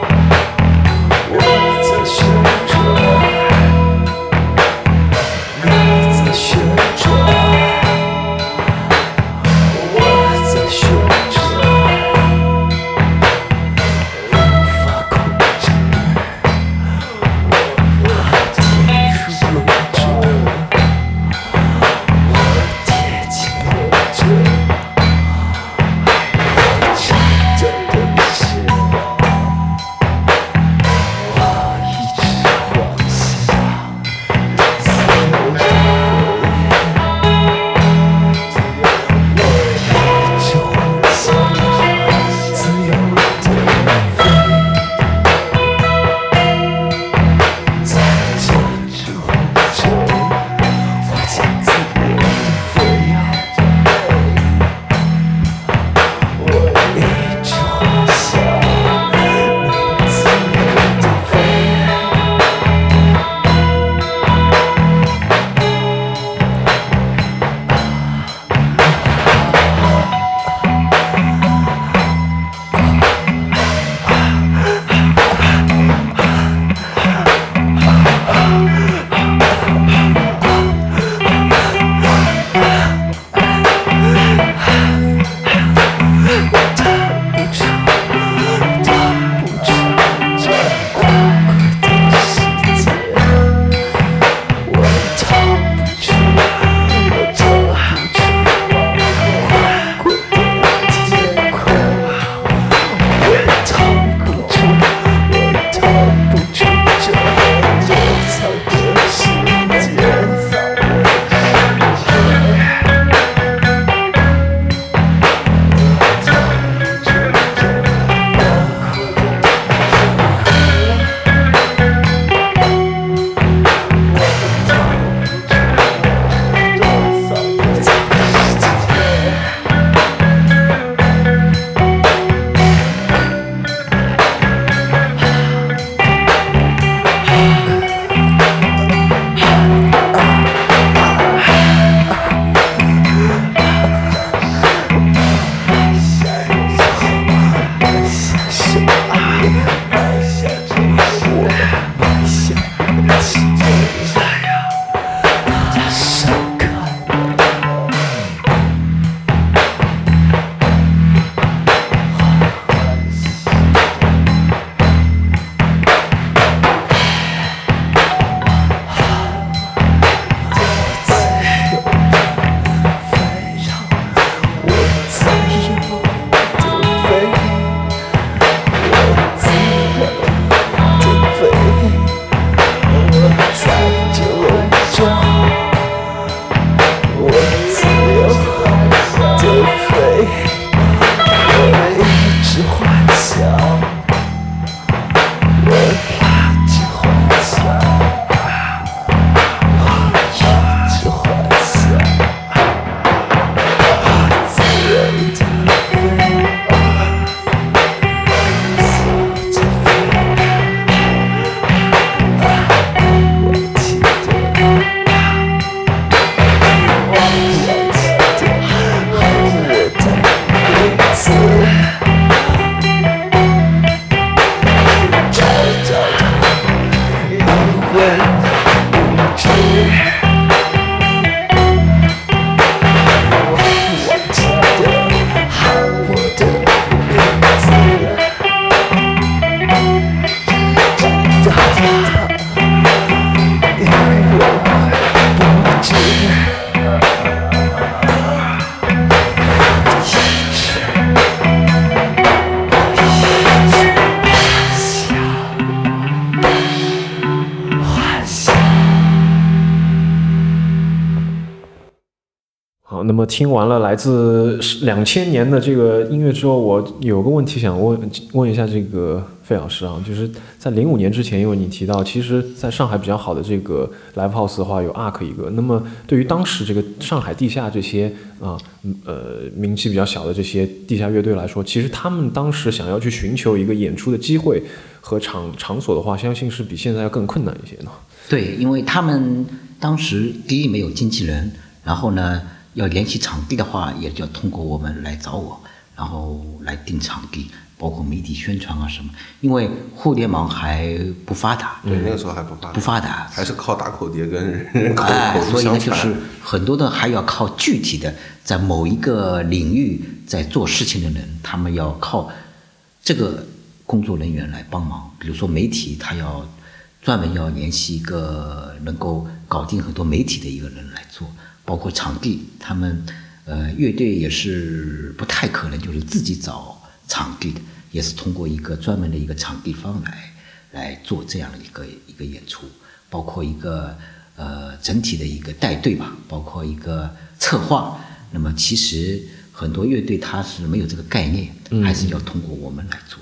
Speaker 2: 听完了来自两千年的这个音乐之后，我有个问题想问问一下这个费老师啊，就是在零五年之前，因为你提到，其实在上海比较好的这个 live house 的话，有 ARK 一个。那么对于当时这个上海地下这些啊嗯呃名气比较小的这些地下乐队来说，其实他们当时想要去寻求一个演出的机会和场场所的话，相信是比现在要更困难一些呢。
Speaker 3: 对，因为他们当时第一没有经纪人，然后呢要联系场地的话，也就要通过我们来找我，然后来定场地，包括媒体宣传啊什么。因为互联网还不发达，
Speaker 1: 对，那个时候还不发达，
Speaker 3: 嗯不发达
Speaker 1: 还是靠打口碟跟 人口
Speaker 3: 哎，
Speaker 1: 口
Speaker 3: 所
Speaker 1: 口
Speaker 3: 以呢，
Speaker 1: 相
Speaker 3: 就
Speaker 1: 传
Speaker 3: 是。很多的还要靠具体的，在某一个领域在做事情的人，他们要靠这个工作人员来帮忙。比如说媒体，他要专门要联系一个能够搞定很多媒体的一个人来做，包括场地，他们呃乐队也是不太可能就是自己找场地的，也是通过一个专门的一个场地方来。来做这样的一个一个演出，包括一个呃整体的一个带队吧，包括一个策划。那么其实很多乐队它是没有这个概念，还是要通过我们来做。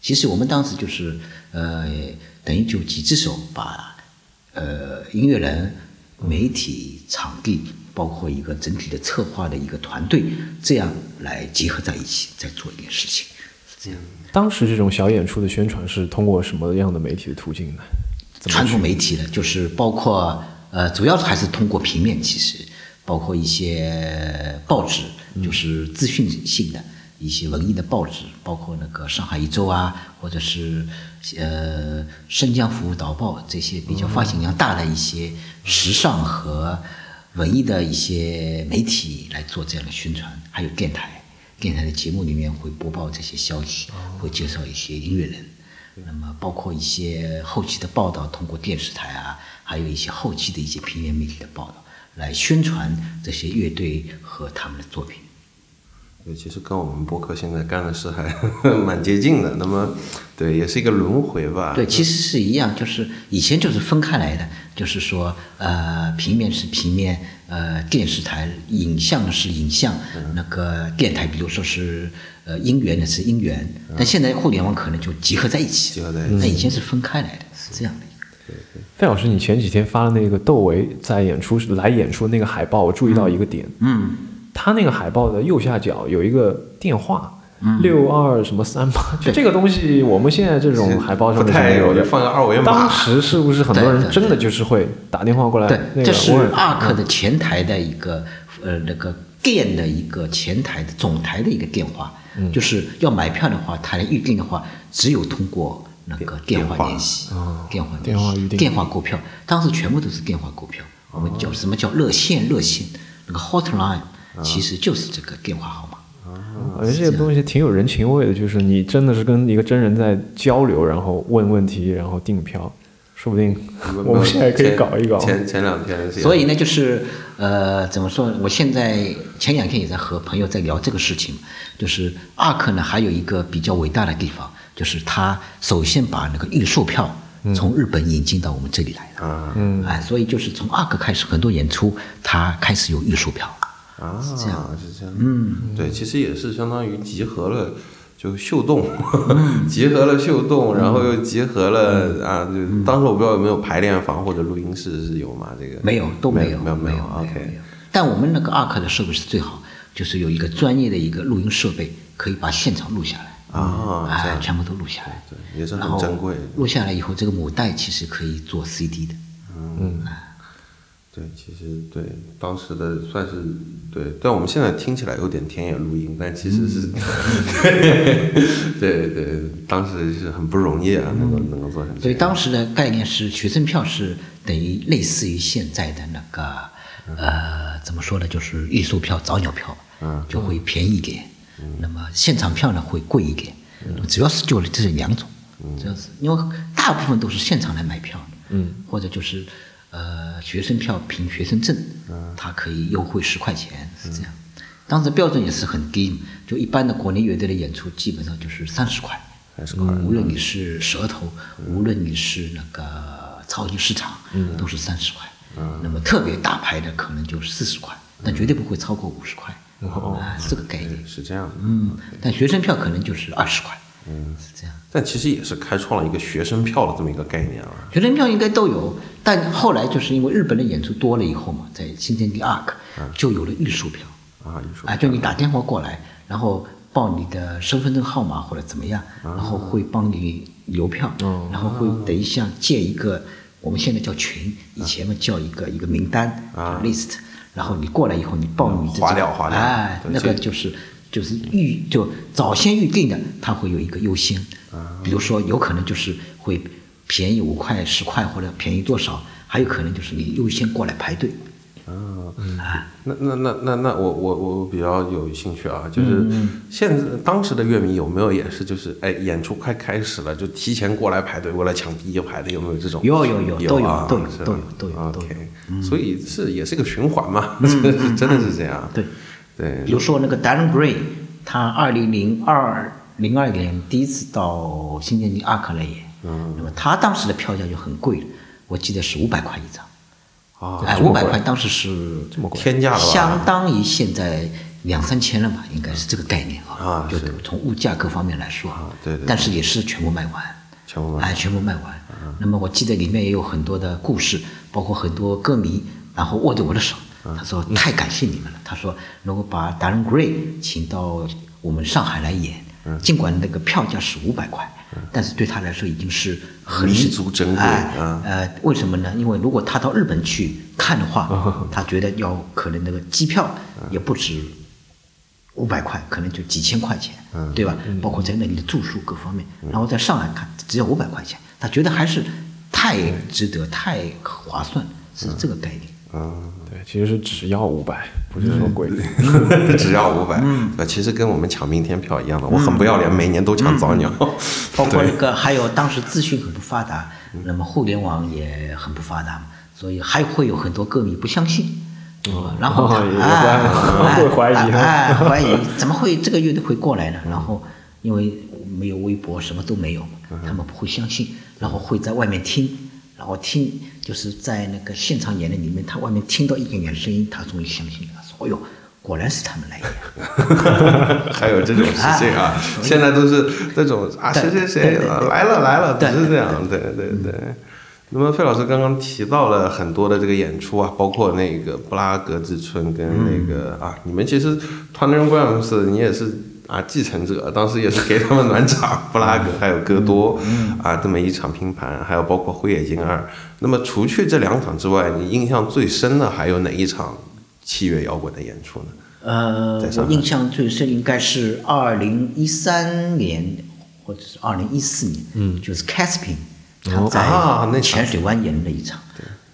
Speaker 3: 其实我们当时就是呃，等于就几只手把呃音乐人、媒体、场地，包括一个整体的策划的一个团队，这样来结合在一起，再做一件事情。
Speaker 2: 当时这种小演出的宣传是通过什么样的媒体的途径呢？怎么
Speaker 3: 传统媒体呢，就是包括呃，主要还是通过平面，其实包括一些呃报纸，
Speaker 2: 嗯
Speaker 3: 就是资讯性的一些文艺的报纸，包括那个《上海一周》啊，或者是呃《生姜服务导报》这些比
Speaker 2: 哦
Speaker 3: 较发行量大的一些时尚和文艺的一些媒体来做这样的宣传，还有电台。电台的节目里面会播报这些消息，会介绍一些音乐人，那么包括一些后期的报道，通过电视台啊，还有一些后期的一些平面媒体的报道，来宣传这些乐队和他们的作品。
Speaker 1: 对，其实跟我们播客现在干的事还 蛮接近的。那么，对，也是一个轮回吧。
Speaker 3: 对，其实是一样，就是以前就是分开来的，就是说，呃，平面是平面，呃，电视台影像是影像，
Speaker 1: 嗯
Speaker 3: 那个电台，比如说是呃音源的是音源，但现在互联网可能就集合在一起，
Speaker 1: 嗯集合在一起
Speaker 3: 那以前是分开来的，是这样的。
Speaker 2: 费老师，你前几天发的那个窦唯在演出来演出那个海报，我注意到一个点，
Speaker 3: 嗯，
Speaker 2: 他那个海报的右下角有一个电话，
Speaker 3: 嗯
Speaker 2: 六二什么三八，就
Speaker 3: 对
Speaker 2: 这个东西，我们现在这种海报上
Speaker 1: 不
Speaker 2: 面是
Speaker 1: 太
Speaker 2: 没
Speaker 1: 有，
Speaker 2: 有
Speaker 1: 就
Speaker 2: 的。
Speaker 1: 放个二维
Speaker 2: 当
Speaker 1: 码。
Speaker 2: 时是不是很多人
Speaker 3: 对对
Speaker 2: 真的就是会打电话过来？那
Speaker 3: 对，
Speaker 2: 个嗯
Speaker 3: 这是
Speaker 2: 我也
Speaker 3: ARK 的前台的一个呃那个店的一个前台的总台的一个电话，
Speaker 2: 嗯
Speaker 3: 就是要买票的话，它的预定的话，只有通过那个电
Speaker 1: 电话
Speaker 3: 话联系，电话
Speaker 2: 啊
Speaker 3: 联系
Speaker 2: 电话预定哦
Speaker 3: 电话购票，当时全部都是电话购票，我们叫什么叫热线热线，那个 hotline
Speaker 2: 啊
Speaker 3: 其实就是这个电话号码。
Speaker 2: 我觉得这个东西挺有人情味的，就是你真的是跟一个真人在交流，然后问问题，然后订票，说不定我们现在可以
Speaker 1: 前
Speaker 2: 搞一搞。
Speaker 1: 前前两天是有，
Speaker 3: 所以呢，就是呃，怎么说？我现在前两天也在和朋友在聊这个事情，就是阿克呢，还有一个比较伟大的地方，就是他首先把那个预售票从日本引进到我们这里来了。
Speaker 1: 啊
Speaker 3: 嗯，哎，所以就是从阿克开始，很多演出他开始有预售票。
Speaker 1: 啊，
Speaker 3: 是这样，
Speaker 1: 是这样。嗯，对，其实也是相当于集合了。就秀动， 集合了秀动，然后又集合了啊！就当时我不知道有没有排练房或者录音室是有吗？这个
Speaker 3: 没有，都
Speaker 1: 没
Speaker 3: 有，
Speaker 1: 没有
Speaker 3: 没
Speaker 1: 有。
Speaker 3: 没
Speaker 1: OK，
Speaker 3: 有但我们那个阿克的设备是最好，就是有一个专业的一个录音设备，可以把现场录下来。
Speaker 1: 啊这
Speaker 3: 哎
Speaker 1: 样，
Speaker 3: 全部都录下来。
Speaker 1: 对，也是
Speaker 3: 然
Speaker 1: 很
Speaker 3: 后
Speaker 1: 珍贵。
Speaker 3: 录下来以后，这个母带其实可以做 CD 的。
Speaker 1: 对，其实对当时的算是对，但我们现在听起来有点田野录音，但其实是，
Speaker 3: 嗯
Speaker 1: 对对对，当时是很不容易啊，能够能够做成这样。
Speaker 3: 所以嗯当时的概念是，学生票是等于类似于现在的那个呃，怎么说呢，就是预售票、早鸟票，就会便宜一点。那么现场票呢会贵一点，主要是就是这两种，主要是因为大部分都是现场来买票的，或者就是呃学生票凭学生证，它可以优惠十块钱，是这样。当时标准也是很低，就一般的国内乐队的演出基本上就是三十块，
Speaker 1: 30
Speaker 3: 块、无论你是蛇头，无论你是那个超级市场，都是三十块。那么特别大牌的可能就四十块，但绝对不会超过五十块，啊，这个概念。
Speaker 1: 是这样的。
Speaker 3: 嗯，但学生票可能就是二十块，嗯，是这样。
Speaker 1: 但其实也是开创了一个学生票的这么一个概念啊。
Speaker 3: 学生票应该都有，但后来就是因为日本的演出多了以后嘛，在新天地 ARC 就有了艺术票，
Speaker 1: 啊，你说
Speaker 3: 啊，就你打电话过来，然后报你的身份证号码或者怎么样，然
Speaker 1: 啊
Speaker 3: 后会帮你邮票，
Speaker 1: 哦
Speaker 3: 然后会等一下建一个，我们现在叫群，以前嘛叫一个一个名单
Speaker 1: 啊
Speaker 3: list，然后你过来以后，你报你自己
Speaker 1: 划掉划掉
Speaker 3: 哎，
Speaker 1: 对
Speaker 3: 那个
Speaker 1: 这
Speaker 3: 就是就是预就早先预定的，它会有一个优先，
Speaker 1: 啊
Speaker 3: 比如说有可能就是会便宜五块十块或者便宜多少，还有可能就是你优先过来排队，
Speaker 1: 那那那那那我我我比较有兴趣啊，就是
Speaker 3: 嗯
Speaker 1: 现在当时的乐迷有没有也是就是哎演出快开始了就提前过来排队过来抢第一排的有没有这种？
Speaker 3: 有有有都有
Speaker 1: 啊
Speaker 3: 都有
Speaker 1: 是吧
Speaker 3: 都有都有都有嗯
Speaker 1: OK，所以是也是个循环嘛， 是真的是这样。
Speaker 3: 对。
Speaker 1: 对
Speaker 3: 比如说那个 Darren Gray，他二零零二零二年第一次到新天地 ARK 来演，
Speaker 1: 嗯
Speaker 3: 那么他当时的票价就很贵了，我记得是五百块一张，
Speaker 1: 啊，
Speaker 3: 哎，
Speaker 1: 这么
Speaker 3: 五百
Speaker 1: 贵
Speaker 3: 块当时是这
Speaker 1: 么贵天价了吧
Speaker 3: 相当于现在两三千了吧，应该是这个概念
Speaker 1: 啊
Speaker 3: 啊，就是从物价各方面来说，啊
Speaker 1: 对对对
Speaker 3: 但是也是全部卖完，
Speaker 1: 全部卖完嗯
Speaker 3: 哎，全部卖完。那么我记得里面也有很多的故事，包括很多歌迷，然后握着我的手，
Speaker 1: 嗯
Speaker 3: 他说太感谢你们了。他说如果把 Darren Gray 请到我们上海来演，
Speaker 1: 嗯
Speaker 3: 尽管那个票价是五百块，但是对他来说已经是很
Speaker 1: 弥足珍贵
Speaker 3: 哎
Speaker 1: 啊
Speaker 3: 呃，为什么呢？因为如果他到日本去看的
Speaker 1: 哦
Speaker 3: 话，他觉得要可能那个机票
Speaker 1: 嗯
Speaker 3: 也不止五百块，可能就几千块钱，
Speaker 1: 嗯
Speaker 3: 对吧？包括在那里的住宿各方面，然后在上海看只要五百块钱，他觉得还是太值得、太划算，是
Speaker 1: 嗯
Speaker 3: 这个概念。
Speaker 2: 对，其实是只要五百，不是说
Speaker 3: 嗯
Speaker 2: 贵。
Speaker 1: 只要五百，对吧？其实跟我们抢明天票一样
Speaker 3: 嗯
Speaker 1: 的，我很不要脸，每年都抢早鸟，
Speaker 3: 包括那
Speaker 1: 对
Speaker 3: 个还有当时资讯很不发达，
Speaker 2: 嗯
Speaker 3: 那么互联网也很不发达嘛，所以还会有很多歌迷不相信。啊然 后他
Speaker 2: 哦也
Speaker 3: 哎
Speaker 2: 会 会怀疑啊
Speaker 3: 哎哎，怀疑怎么会这个乐队会过来呢？然后因为没有微博，什么都没有嘛，
Speaker 2: 嗯
Speaker 3: 他们不会相信，然后会在外面听，然后听就是在那个现场演的里面，他外面听到一点点声音，他终于相信了，他说：“哎呦，果然是他们来演。”
Speaker 1: 还有这种事情啊，现在都是那种啊，
Speaker 3: 对
Speaker 1: 谁谁
Speaker 3: 对
Speaker 1: 谁
Speaker 3: 对对
Speaker 1: 来了来了，只
Speaker 3: 对嗯
Speaker 1: 是这样，对对对。那么费老师刚刚提到了很多的这个演出啊，包括那个布拉格之春跟那个、
Speaker 3: 嗯
Speaker 1: 啊，你们其实 t w n g r a m s 你也是啊继承者，当时也是给他们暖场，布拉格
Speaker 3: 嗯
Speaker 1: 还有戈多、啊这么一场拼盘，还有包括灰野金二。那么除去这两场之外，你印象最深的还有哪一场器乐摇滚的演出呢？
Speaker 3: 呃
Speaker 1: 在，上
Speaker 3: 我
Speaker 1: 海
Speaker 3: 印象最深应该是二零一三年或者是二零一四年，嗯，就是 Caspin 他
Speaker 1: 啊那
Speaker 3: 在
Speaker 1: 场
Speaker 3: 浅水湾演的那一场，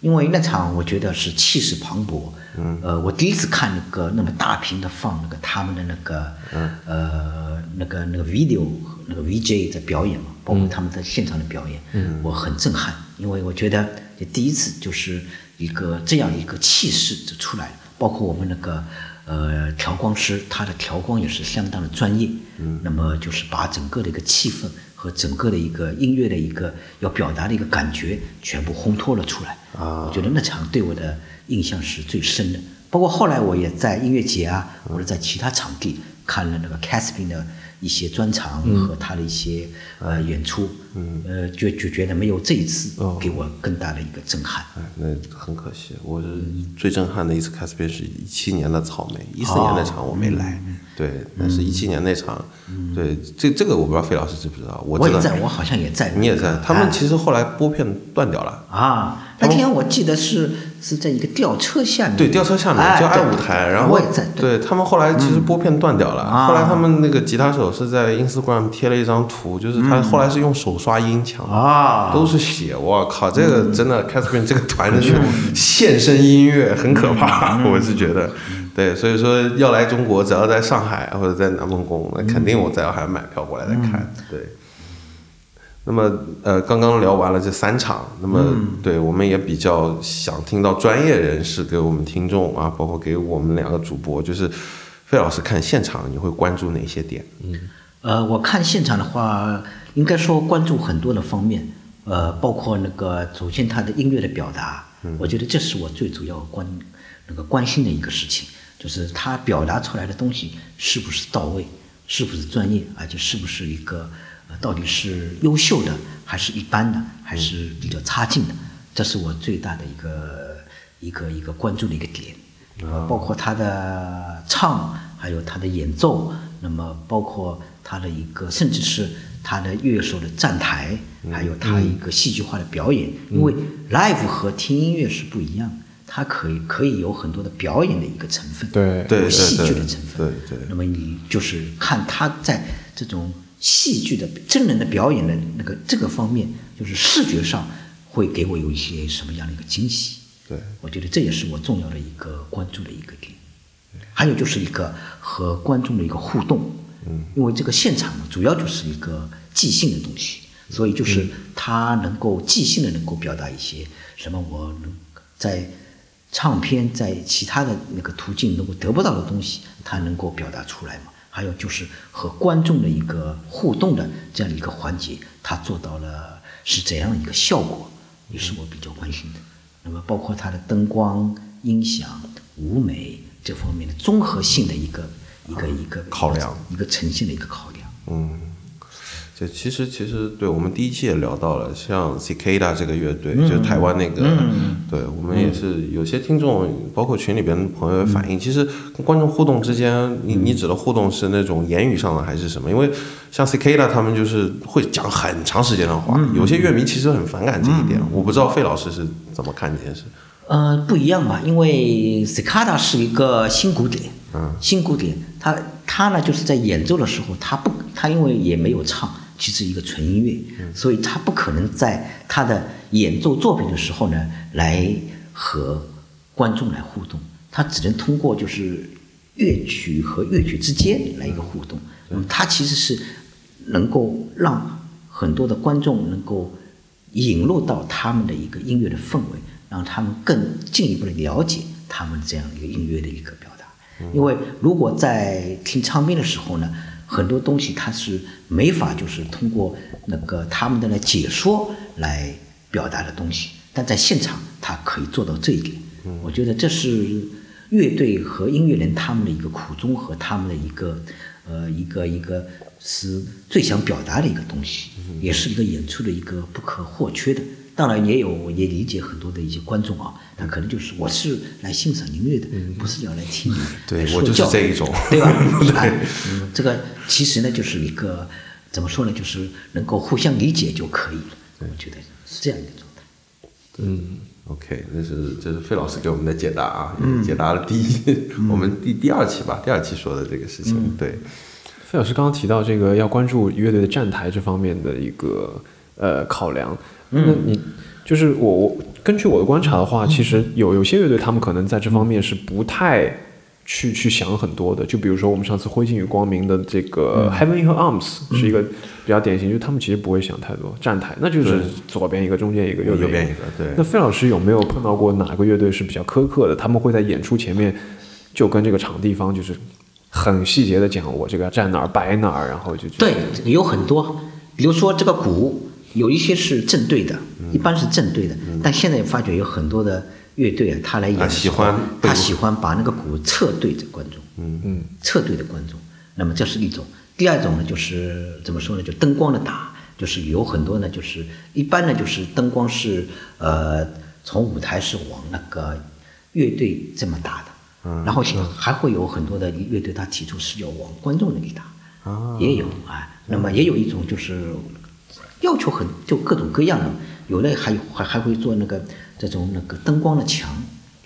Speaker 3: 因为那场我觉得是气势磅礴，嗯，呃，我第一次看那个那么大屏的放那个他们的那个，
Speaker 1: 嗯
Speaker 3: 呃，那个那个 video 那个 VJ 在表演嘛，
Speaker 1: 嗯
Speaker 3: 包括他们在现场的表演，嗯，我很震撼，因为我觉得也第一次就是一个这样一个气势就出来了。包括我们那个呃调光师，他的调光也是相当的专业。嗯，那么就是把整个的一个气氛和整个的一个音乐的一个要表达的一个感觉全部烘托了出来。啊，我觉得那场对我的印象是最深的。包括后来我也在音乐节啊，或者在其他场地看了那个 Caspin 的一些专场
Speaker 1: 嗯
Speaker 3: 和他的一些、呃演出，嗯，呃，就就觉得没有这一次
Speaker 1: 哦
Speaker 3: 给我更大的一个震撼。
Speaker 1: 哎，那很可惜，我是最震撼的一次 c a s p i 是一七年的草莓，一四年那场我没
Speaker 3: 哦
Speaker 1: 来，
Speaker 3: 嗯
Speaker 1: 对，但是一七年那场，对，这这个我不知道费老师知不知道，我
Speaker 3: 我
Speaker 1: 知道
Speaker 3: 也在，我好像也在那个，
Speaker 1: 你也在，他们
Speaker 3: 哎
Speaker 1: 其实后来拨片断掉了。
Speaker 3: 啊，那天我记得是是在一个吊车下面，
Speaker 1: 对，吊车下面
Speaker 3: 哎
Speaker 1: 叫爱
Speaker 3: 对
Speaker 1: 舞台，然后
Speaker 3: 我也在，嗯
Speaker 1: 对他们后来其实拨片断掉了，
Speaker 3: 啊
Speaker 1: 后来他们那个吉他手是在 Instagram 贴了一张图，就是他后来是用手刷音墙的，
Speaker 3: 嗯啊，
Speaker 1: 都是血，我靠，这个真的 Catherine 这个团真是献身音乐很可怕， 我是觉得，对，所以说要来中国，只要在上海或者在南梦宫，那肯定我在还买票过来再看，对。那么，呃，刚刚聊完了这三场，那么、对我们也比较想听到专业人士给我们听众啊，包括给我们两个主播，就是费老师看现场你会关注哪些点？
Speaker 3: 呃，我看现场的话，应该说关注很多的方面，
Speaker 1: 嗯
Speaker 3: 呃，包括那个首先他的音乐的表达，我觉得这是我最主要关那个关心的一个事情，就是他表达出来的东西是不是到位，是不是专业，而且是不是一个呃到底是优秀的，还是一般的，还是比较差劲的，这是我最大的一个一个一个关注的一个点。呃，包括他的唱，还有他的演奏，那么包括他的一个，甚至是他的乐手的站台，还有他一个戏剧化的表演，因为 live 和听音乐是不一样，它可以可以有很多的表演的一个成分，
Speaker 2: 对
Speaker 1: 对
Speaker 3: 有戏
Speaker 1: 对
Speaker 3: 剧
Speaker 1: 对
Speaker 3: 的成分，
Speaker 1: 对对
Speaker 3: 那么你就是看他在这种戏剧的真人的表演的那个这个方面，就是视觉上会给我有一些什么样的一个惊喜。
Speaker 1: 对，
Speaker 3: 我觉得这也是我重要的一个关注的一个点。还有就是一个和观众的一个互动，嗯，因为这个现场呢，主要就是一个即兴的东西，所以就是他能够即兴的能够表达一些什么，我能在唱片在其他的那个途径能够得不到的东西，他能够表达出来嘛。还有就是和观众的一个互动的这样的一个环节，他做到了是怎样的一个效果，也是我比较关心的。那么包括它的灯光、音响、舞美这方面的综合性的一个一个一个
Speaker 1: 考量，
Speaker 3: 一个呈现的一个考量。
Speaker 1: 这其实其实对我们第一期也聊到了，像 Cicada 这个乐队，就台湾那个，对我们也是有些听众，包括群里边的朋友也反映，其实跟观众互动之间，你你指的互动是那种言语上的还是什么？因为像 Cicada 他们就是会讲很长时间的话，有些乐迷其实很反感这一点，我不知道费老师是怎么看这件事。
Speaker 3: 呃，不一样吧，因为 Cicada 是一个新古典，嗯，新古典，它它呢就是在演奏的时候，它不，它因为也没有唱，其实一个纯音乐，所以它不可能在它的演奏作品的时候呢来和观众来互动，它只能通过就是乐曲和乐曲之间来一个互动，那么它其实是能够让很多的观众能够引入到他们的一个音乐的氛围，让他们更进一步的了解他们这样一个音乐的一个表达。因为如果在听唱片的时候呢，很多东西它是没法就是通过那个他们的来解说来表达的东西，但在现场他可以做到这一点。我觉得这是乐队和音乐人他们的一个苦衷和他们的一个呃一个一个是最想表达的一个东西，也是一个演出的一个不可或缺的。当然也有，也理解很多的一些观众啊，他可能就是我是来欣赏音乐的，不是要来听你
Speaker 1: 嗯对
Speaker 3: 来说
Speaker 1: 我就是
Speaker 3: 教的
Speaker 1: 这一种
Speaker 3: 对吧？ 哎嗯这个其实呢，就是一个怎么说呢，就是能够互相理解就可以了。我觉得是这样一个状态。
Speaker 1: OK，这是这是费老师给我们的解答啊，也解答了第一，我们第第二期吧，第二期说的这个事情，对。
Speaker 2: 费老师刚刚提到这个要关注乐队的站台这方面的一个呃考量，
Speaker 1: 嗯
Speaker 2: 那你就是我我根据我的观察的话，其实有有些乐队他们可能在这方面是不太去去想很多的，就比如说我们上次灰烬与光明的这
Speaker 1: 嗯
Speaker 2: 个 Heaven in Her Arms 是一个比较典型，就他们其实不会想太多站台，那就是左边一个，中间一个，
Speaker 1: 右
Speaker 2: 右
Speaker 1: 边
Speaker 2: 边
Speaker 1: 一个对
Speaker 2: 那费老师有没有碰到过哪个乐队是比较苛刻的？他们会在演出前面就跟这个场地方就是很细节的讲我这个站哪儿摆哪儿，然后就
Speaker 3: 对，这个有很多，比如说这个鼓，有一些是正对的，一般是正对的，但现在也发觉有很多的乐队啊，他来演
Speaker 1: 啊
Speaker 3: 的时候
Speaker 1: 喜欢对
Speaker 3: 他喜欢把那个鼓侧对着观众，嗯嗯，侧对着观众，那么这是一种。第二种呢，就是怎么说呢，就灯光的打，就是有很多呢，就是一般呢，就是灯光是呃从舞台是往那个乐队这么打的。
Speaker 1: 嗯
Speaker 3: 然后还会有很多的乐队，他提出是要往观众那里打，也有啊。那么也有一种就是要求很就各种各样的，有的还有还还会做那个这种那个灯光的墙，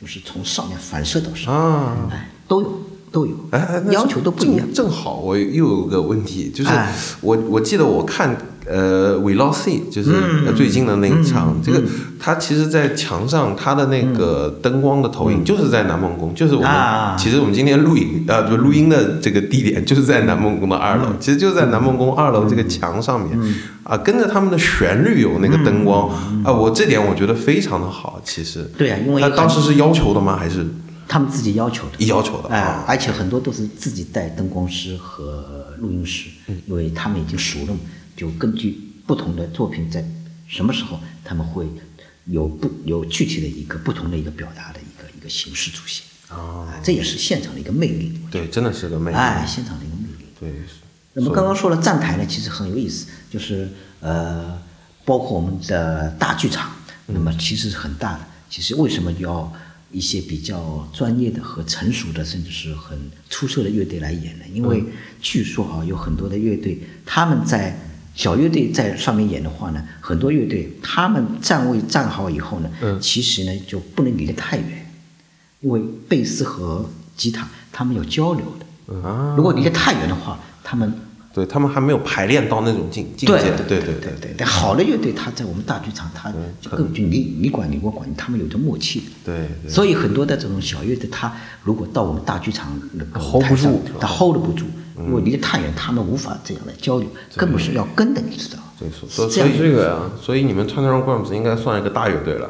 Speaker 3: 就是从上面反射到上面，
Speaker 1: 啊
Speaker 3: 哎，都有都有
Speaker 1: 哎哎，那
Speaker 3: 呃要求都不一样
Speaker 1: 正。正好我又有个问题，就是
Speaker 3: 哎
Speaker 1: 我我记得我看呃《We Lost Sea》，就是
Speaker 3: 嗯
Speaker 1: 呃最近的那一场，这个它其实，在墙上它的那个灯光的投影就是在南梦宫，就是我们、
Speaker 3: 嗯啊
Speaker 1: 其实我们今天录影呃不录音的这个地点就是在南梦宫的二楼，
Speaker 3: 嗯
Speaker 1: 其实就在南梦宫二楼这个墙上面。啊，跟着他们的旋律有那个灯光、啊，我这点我觉得非常的好。其实，
Speaker 3: 嗯对啊因为
Speaker 1: 他当时是要求的吗？还是
Speaker 3: 他们自己要求的，
Speaker 1: 要求的
Speaker 3: 哎
Speaker 1: 啊，
Speaker 3: 而且很多都是自己带灯光师和录音师，因为他们已经熟了嘛，就根据不同的作品在什么时候他们会有不有具体的一个不同的一个表达的一个一个个形式出现。啊，这也是现场的一个魅力。
Speaker 1: 对，真的是个魅力。
Speaker 3: 哎，现场的一个魅力。
Speaker 1: 对，
Speaker 3: 那么刚刚说了站台呢，其实很有意思，就是呃，包括我们的大剧场，那么其实是很大的。其实为什么要一些比较专业的和成熟的，甚至是很出色的乐队来演呢？因为据说啊，有很多的乐队，他们在小乐队在上面演的话呢，很多乐队他们站位站好以后呢，其实呢就不能离得太远，因为贝斯和吉他他们有交流的。
Speaker 1: 啊，
Speaker 3: 如果离得太远的话，他们
Speaker 1: 对他们还没有排练到那种境境界。
Speaker 3: 对
Speaker 1: 对
Speaker 3: 对对。但好的乐队，他在我们大剧场，他就根本就你你管你我管你，他们有着默契。
Speaker 1: 对对
Speaker 3: 所以很多的这种小乐队，他如果到我们大剧场那个
Speaker 2: hold
Speaker 3: 台上
Speaker 2: 不住
Speaker 3: 他 hold 不住，因为离得太远，他们无法这样来交流，根本是要跟的，你知道吗？
Speaker 1: 对，所所
Speaker 3: 这
Speaker 1: 所
Speaker 3: 样
Speaker 1: 以
Speaker 2: 这个啊呀
Speaker 1: 所以你们 Turnaround Grams 应该算一个大乐队了，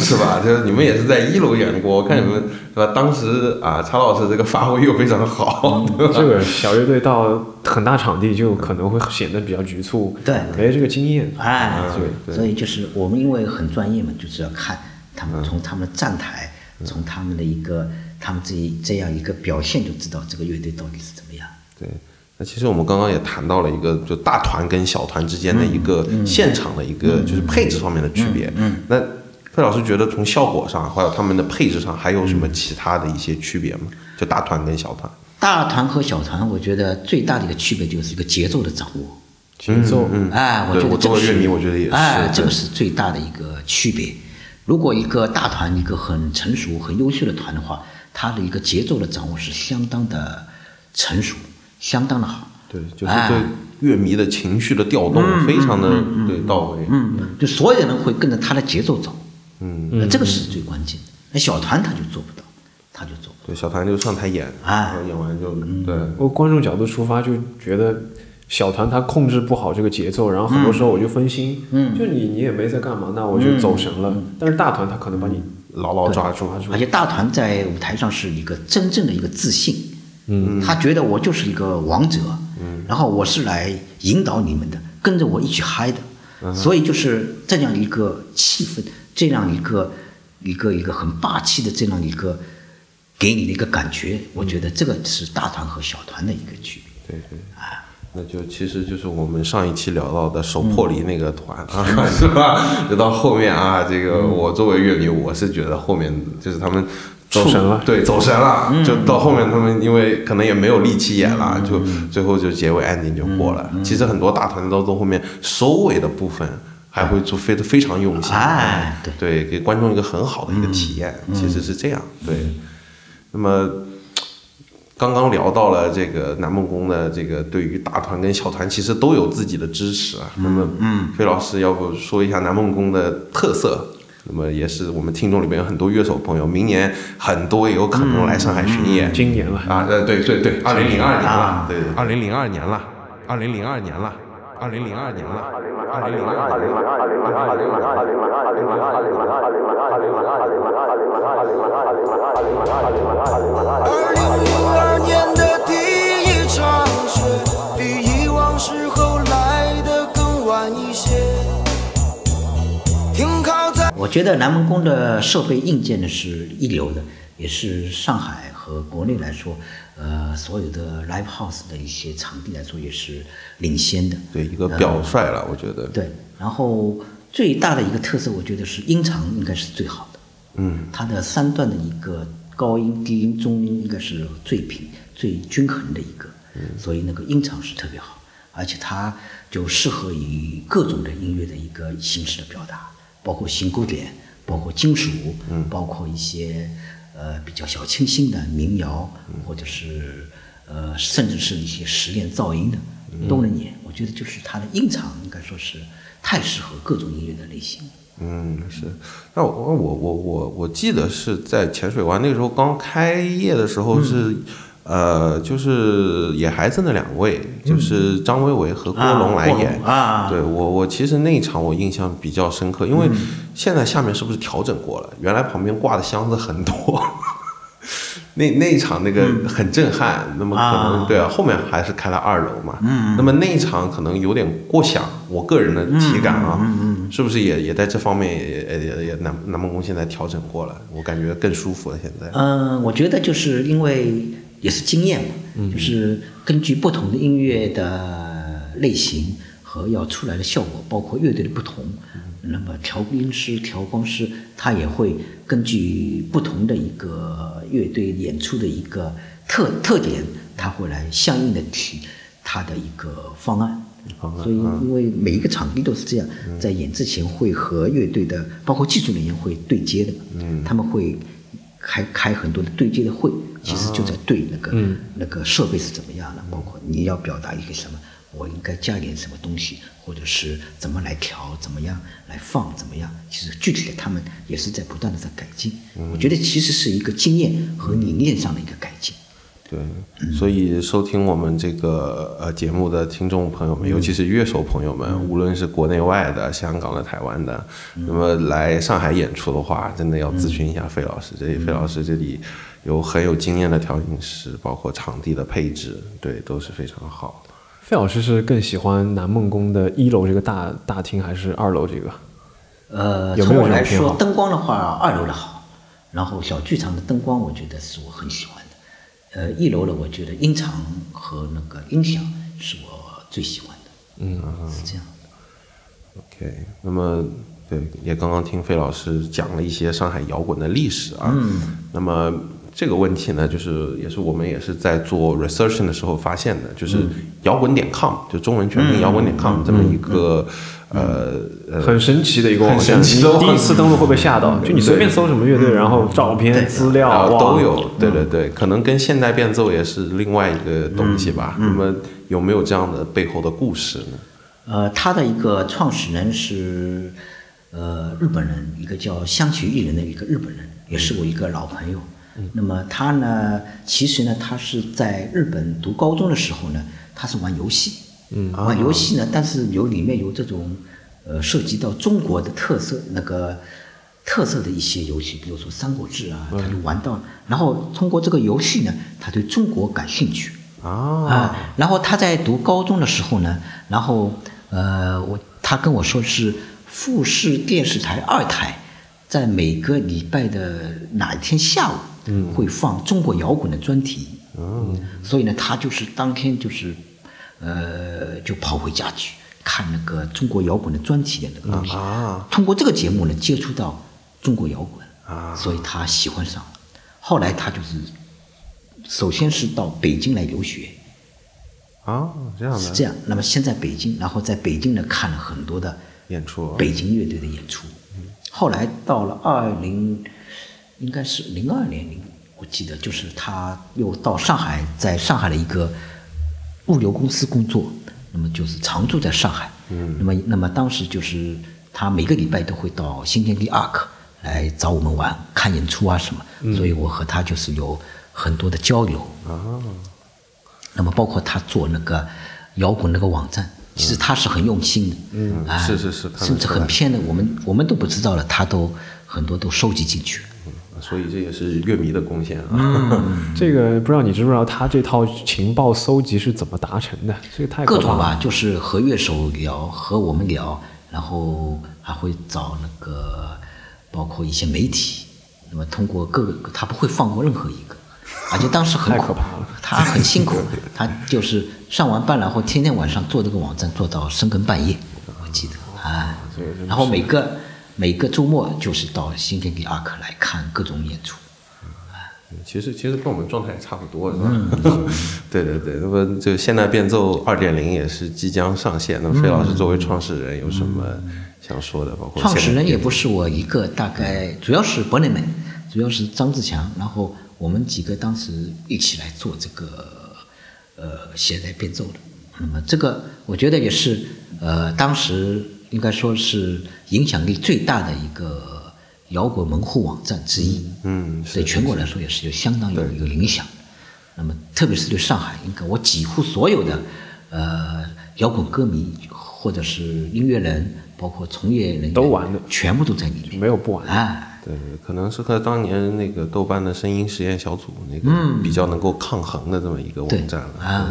Speaker 1: 是吧？就是你们也是在一楼演过，我看你们对吧？当时啊，查老师这个发挥又非常
Speaker 3: 嗯
Speaker 1: 好，对吧？
Speaker 2: 这个小乐队到很大场地就可能会显得比较局促，
Speaker 3: 对
Speaker 2: 没这个经验。
Speaker 3: 哎，
Speaker 1: 嗯对
Speaker 3: 所以就是我们因为很专业嘛，就是要看他
Speaker 1: 嗯
Speaker 3: 们从他们的站台，从他们的一个他们这一这样一个表现，就知道这个乐队到底是怎么样。
Speaker 1: 对，那其实我们刚刚也谈到了一个，就大团跟小团之间的一个
Speaker 3: 嗯
Speaker 1: 现场的一个就是配置方面的区别。嗯，那费老师觉得从效果上，还有他们的配置上，还有什么
Speaker 3: 嗯
Speaker 1: 其他的一些区别吗？就大团跟小团。
Speaker 3: 大团和小团，我觉得最大的一个区别就是一个节奏的掌握。
Speaker 2: 节奏，
Speaker 1: 嗯
Speaker 3: 哎，我
Speaker 1: 对
Speaker 3: 觉得
Speaker 1: 我
Speaker 3: 这
Speaker 1: 作
Speaker 3: 个
Speaker 1: 为乐
Speaker 3: 是
Speaker 1: 迷，我觉得也是。
Speaker 3: 哎，这
Speaker 1: 对
Speaker 3: 个是最大的一个区别。如果一个大团，一个很成熟、很优秀的团的话，它的一个节奏的掌握是相当的成熟，相当的好。
Speaker 1: 对，就是
Speaker 3: 哎
Speaker 1: 对乐迷的情绪的调动非常的对到位。
Speaker 3: 嗯，就所有人会跟着他的节奏走。嗯，这个是最关键的。那小团他就做不到，他就做不
Speaker 1: 对，小团就上台演，
Speaker 3: 哎嗯
Speaker 1: 然后演完就对。
Speaker 2: 我观众角度出发就觉得小团他控制不好这个节奏，然后很多时候我就分心，嗯，就你你也没在干嘛，那我就走神了。但是大团他可能把你
Speaker 1: 牢牢抓住，
Speaker 3: 到。而且大团在舞台上是一个真正的一个自信。嗯，他觉得我就是一个王者。嗯，然后我是来引导你们的，跟着我一起嗨的。所以就是这样一个气氛，这样一个一个一个很霸气的这样一个给你的一个感觉，我觉得这个是大团和小团的一个区别。
Speaker 1: 对对那就其实就是我们上一期聊到的手破离那个团啊， 是吧？就到后面啊，这个我作为乐迷，我是觉得后面就是他们
Speaker 2: 走神了
Speaker 1: 触对，走神了，就到后面他们因为可能也没有力气演了，就最后就结尾安静就破了。其实很多大团到最后面收尾的部分。还会做非非常用心，
Speaker 3: 哎对
Speaker 1: 对，给观众一个很好的一个体验，其实是这样，对。那么刚刚聊到了这个南梦宫的这个对于大团跟小团其实都有自己的支持啊。那么，嗯，费老师要不说一下南梦宫的特色？那么也是我们听众里面有很多乐手朋友，明年很多也有可能来上海巡演。
Speaker 2: 今年了。
Speaker 1: 啊，呃，对对对，二零零二年了
Speaker 3: 啊，
Speaker 1: 对，二零零二年了，二零零二年了，二零零二年了，二零零二年了。
Speaker 5: 二零零二年的第一场雪，比以往时候来的更晚一些。停靠在。
Speaker 3: 我觉得南门宫的设备硬件呢是一流的，也是上海和国内来说，呃，所有的 live house 的一些场地来说也是领先的。
Speaker 1: 对，一个表率了，我觉得。
Speaker 3: 对，然后最大的一个特色，我觉得是音场应该是最好的。嗯，它的三段的一个高音、低音、中音应该是最平、最均衡的一个，所以那个音场是特别好，而且它就适合于各种的音乐的一个形式的表达，包括新古典，包括金属，嗯，包括一些呃比较小清新的民谣，或者是呃甚至是一些实验噪音的。都能演，我觉得就是它的音场应该说是太适合各种音乐的类型了。
Speaker 1: 嗯，是。那我我我我我记得是在浅水湾那个时候刚开业的时候是，
Speaker 3: 嗯
Speaker 1: 呃，就是野孩子那两位，就是张维维和郭龙来演
Speaker 3: 嗯啊郭龙啊嗯
Speaker 1: 对我我其实那一场我印象比较深刻，因为现在下面是不是调整过了？原来旁边挂的箱子很多。那那一场那个很震撼，那么可能、
Speaker 3: 啊
Speaker 1: 对嗯啊，嗯后面还是开了二楼嘛。嗯，那么那一场可能有点过响，我个人的体感啊，是不是也也在这方面也也也也南南梦宫现在调整过了，我感觉更舒服了。现在，
Speaker 3: 嗯、我觉得就是因为也是经验嘛，就是根据不同的音乐的类型和要出来的效果，包括乐队的不同，那么调音师、调光师他也会根据不同的一个乐队演出的一个特特点，他会来相应的提他的一个方案。嗯所以，因为每一个场地都是这样，在演之前会和乐队的，包括技术人员会对接的，嗯，他们会开开很多的对接的会，其实就在对那个、那个设备是怎么样的，包括你要表达一个什么，我应该加点什么东西，或者是怎么来调，怎么样来放，怎么样，其实具体的他们也是在不断的在改进。我觉得其实是一个经验和理念上的一个改进。
Speaker 1: 对，所以收听我们这个呃节目的听众朋友们，尤其是乐手朋友们，无论是国内外的、香港的、台湾的，那么来上海演出的话，真的要咨询一下费老师。这里费老师这里有很有经验的调音师，包括场地的配置，对，都是非常好。
Speaker 2: 费老师是更喜欢南梦宫的一楼这个大大厅，还是二楼这个？
Speaker 3: 呃，
Speaker 2: 有没
Speaker 3: 从
Speaker 2: 有
Speaker 3: 我
Speaker 2: 什么
Speaker 3: 来
Speaker 2: 偏
Speaker 3: 说
Speaker 2: 好，
Speaker 3: 灯光的话，二楼的好。然后小剧场的灯光，我觉得是我很喜欢的。呃，一楼的我觉得音场和那个音响是我最喜欢的。嗯，是这样的。
Speaker 1: OK，那么对，也刚刚听费老师讲了一些上海摇滚的历史啊。嗯。那么这个问题呢，就是也是我们也是在做 research 的时候发现的，就是摇滚点 com，、就中文全拼摇滚点 com 这么一个、呃呃
Speaker 2: 很神奇的一个网
Speaker 1: 很神
Speaker 2: 站，
Speaker 1: 奇的
Speaker 2: 你嗯
Speaker 1: 网站
Speaker 2: 第一次登录会被吓到，就你随便搜什么乐队，然后照片资料
Speaker 1: 然后
Speaker 2: 哇
Speaker 1: 都有，对对对，可能跟现代变奏也是另外一个东西吧。那么有没有这样的背后的故事呢？
Speaker 3: 呃，他的一个创始人是呃日本人，一个叫香崎艺人的一个日本人，也是我一个老朋友。那么他呢，其实呢，他是在日本读高中的时候呢，他是玩游戏，嗯，玩游戏呢，但是有里面有这种呃涉及到中国的特色那个特色的一些游戏，比如说《三国志》啊，他就玩到，然后通过这个游戏呢，他对中国感兴趣，
Speaker 1: 啊，
Speaker 3: 啊，然后他在读高中的时候呢，然后呃，我他跟我说是富士电视台二台，在每个礼拜的哪一天下午，嗯，会放中国摇滚的专题，
Speaker 1: 哦
Speaker 3: 嗯，所以呢，他就是当天就是，呃，就跑回家去看那个中国摇滚的专题的那个东西，
Speaker 1: 啊，
Speaker 3: 通过这个节目呢，接触到中国摇滚，
Speaker 1: 啊
Speaker 3: 所以他喜欢上了，后来他就是。首先是到北京来留学，
Speaker 1: 啊，这样的
Speaker 3: 是这样。那么先在北京，然后在北京呢看了很多的
Speaker 1: 演出嗯
Speaker 3: 北京乐队的演出。后来到了二零，应该是零二年，零我记得就是他又到上海，在上海的一个物流公司工作，那么就是常住在上海。嗯，那么那么当时就是他每个礼拜都会到新天地 ARK 来找我们玩，看演出啊什么，
Speaker 1: 嗯
Speaker 3: 所以我和他就是有很多的交流。那么包括他做那个摇滚那个网站，其实他是很用心的，嗯啊，
Speaker 1: 嗯是是是看得
Speaker 3: 甚至
Speaker 1: 出来
Speaker 3: 很偏的，我们我们都不知道了，他都很多都收集进去了。
Speaker 1: 所以这也是乐迷的贡献啊。
Speaker 2: 这个不知道你知不知道，他这套情报搜集是怎么达成的？这个太可
Speaker 3: 各
Speaker 2: 怕
Speaker 3: 种
Speaker 2: 了
Speaker 3: 吧，就是和乐手聊，和我们聊，然后还会找那个包括一些媒体，那么通过各个他不会放过任何一个，而且当时很
Speaker 2: 太
Speaker 3: 苦
Speaker 2: 可怕了
Speaker 3: 他很辛 苦，他就是上完班然后天天晚上做这个网站做到深更半夜，我记
Speaker 2: 哦
Speaker 3: 得啊，然后每个每个周末就是到新天地阿克来看各种演出。
Speaker 1: 嗯其实其实跟我们状态也差不多，是吧？
Speaker 3: 嗯
Speaker 1: 对对对，那么就现代变奏二点零也是即将上线。那么费老师作为创始人，有什么想说的？包括
Speaker 3: 嗯创始人也
Speaker 1: 现
Speaker 3: 不是我一个，大概主要是伯内美，主要是张志强，然后我们几个当时一起来做这个呃现代变奏的。那么这个我觉得也是呃当时应该说是影响力最大的一个摇滚门户网站之一。
Speaker 1: 嗯嗯是
Speaker 3: 对全国来说也是有相当有有影响。那么特别是对上海，应该我几乎所有的呃摇滚歌迷或者是音乐人，包括从业人员
Speaker 2: 都玩的
Speaker 3: 全部都在里面。
Speaker 2: 没有不玩的。
Speaker 3: 啊，
Speaker 1: 在对，可能是和当年那个豆瓣的声音实验小组那个比较能够抗衡的这么一个网站了。
Speaker 3: 嗯对啊嗯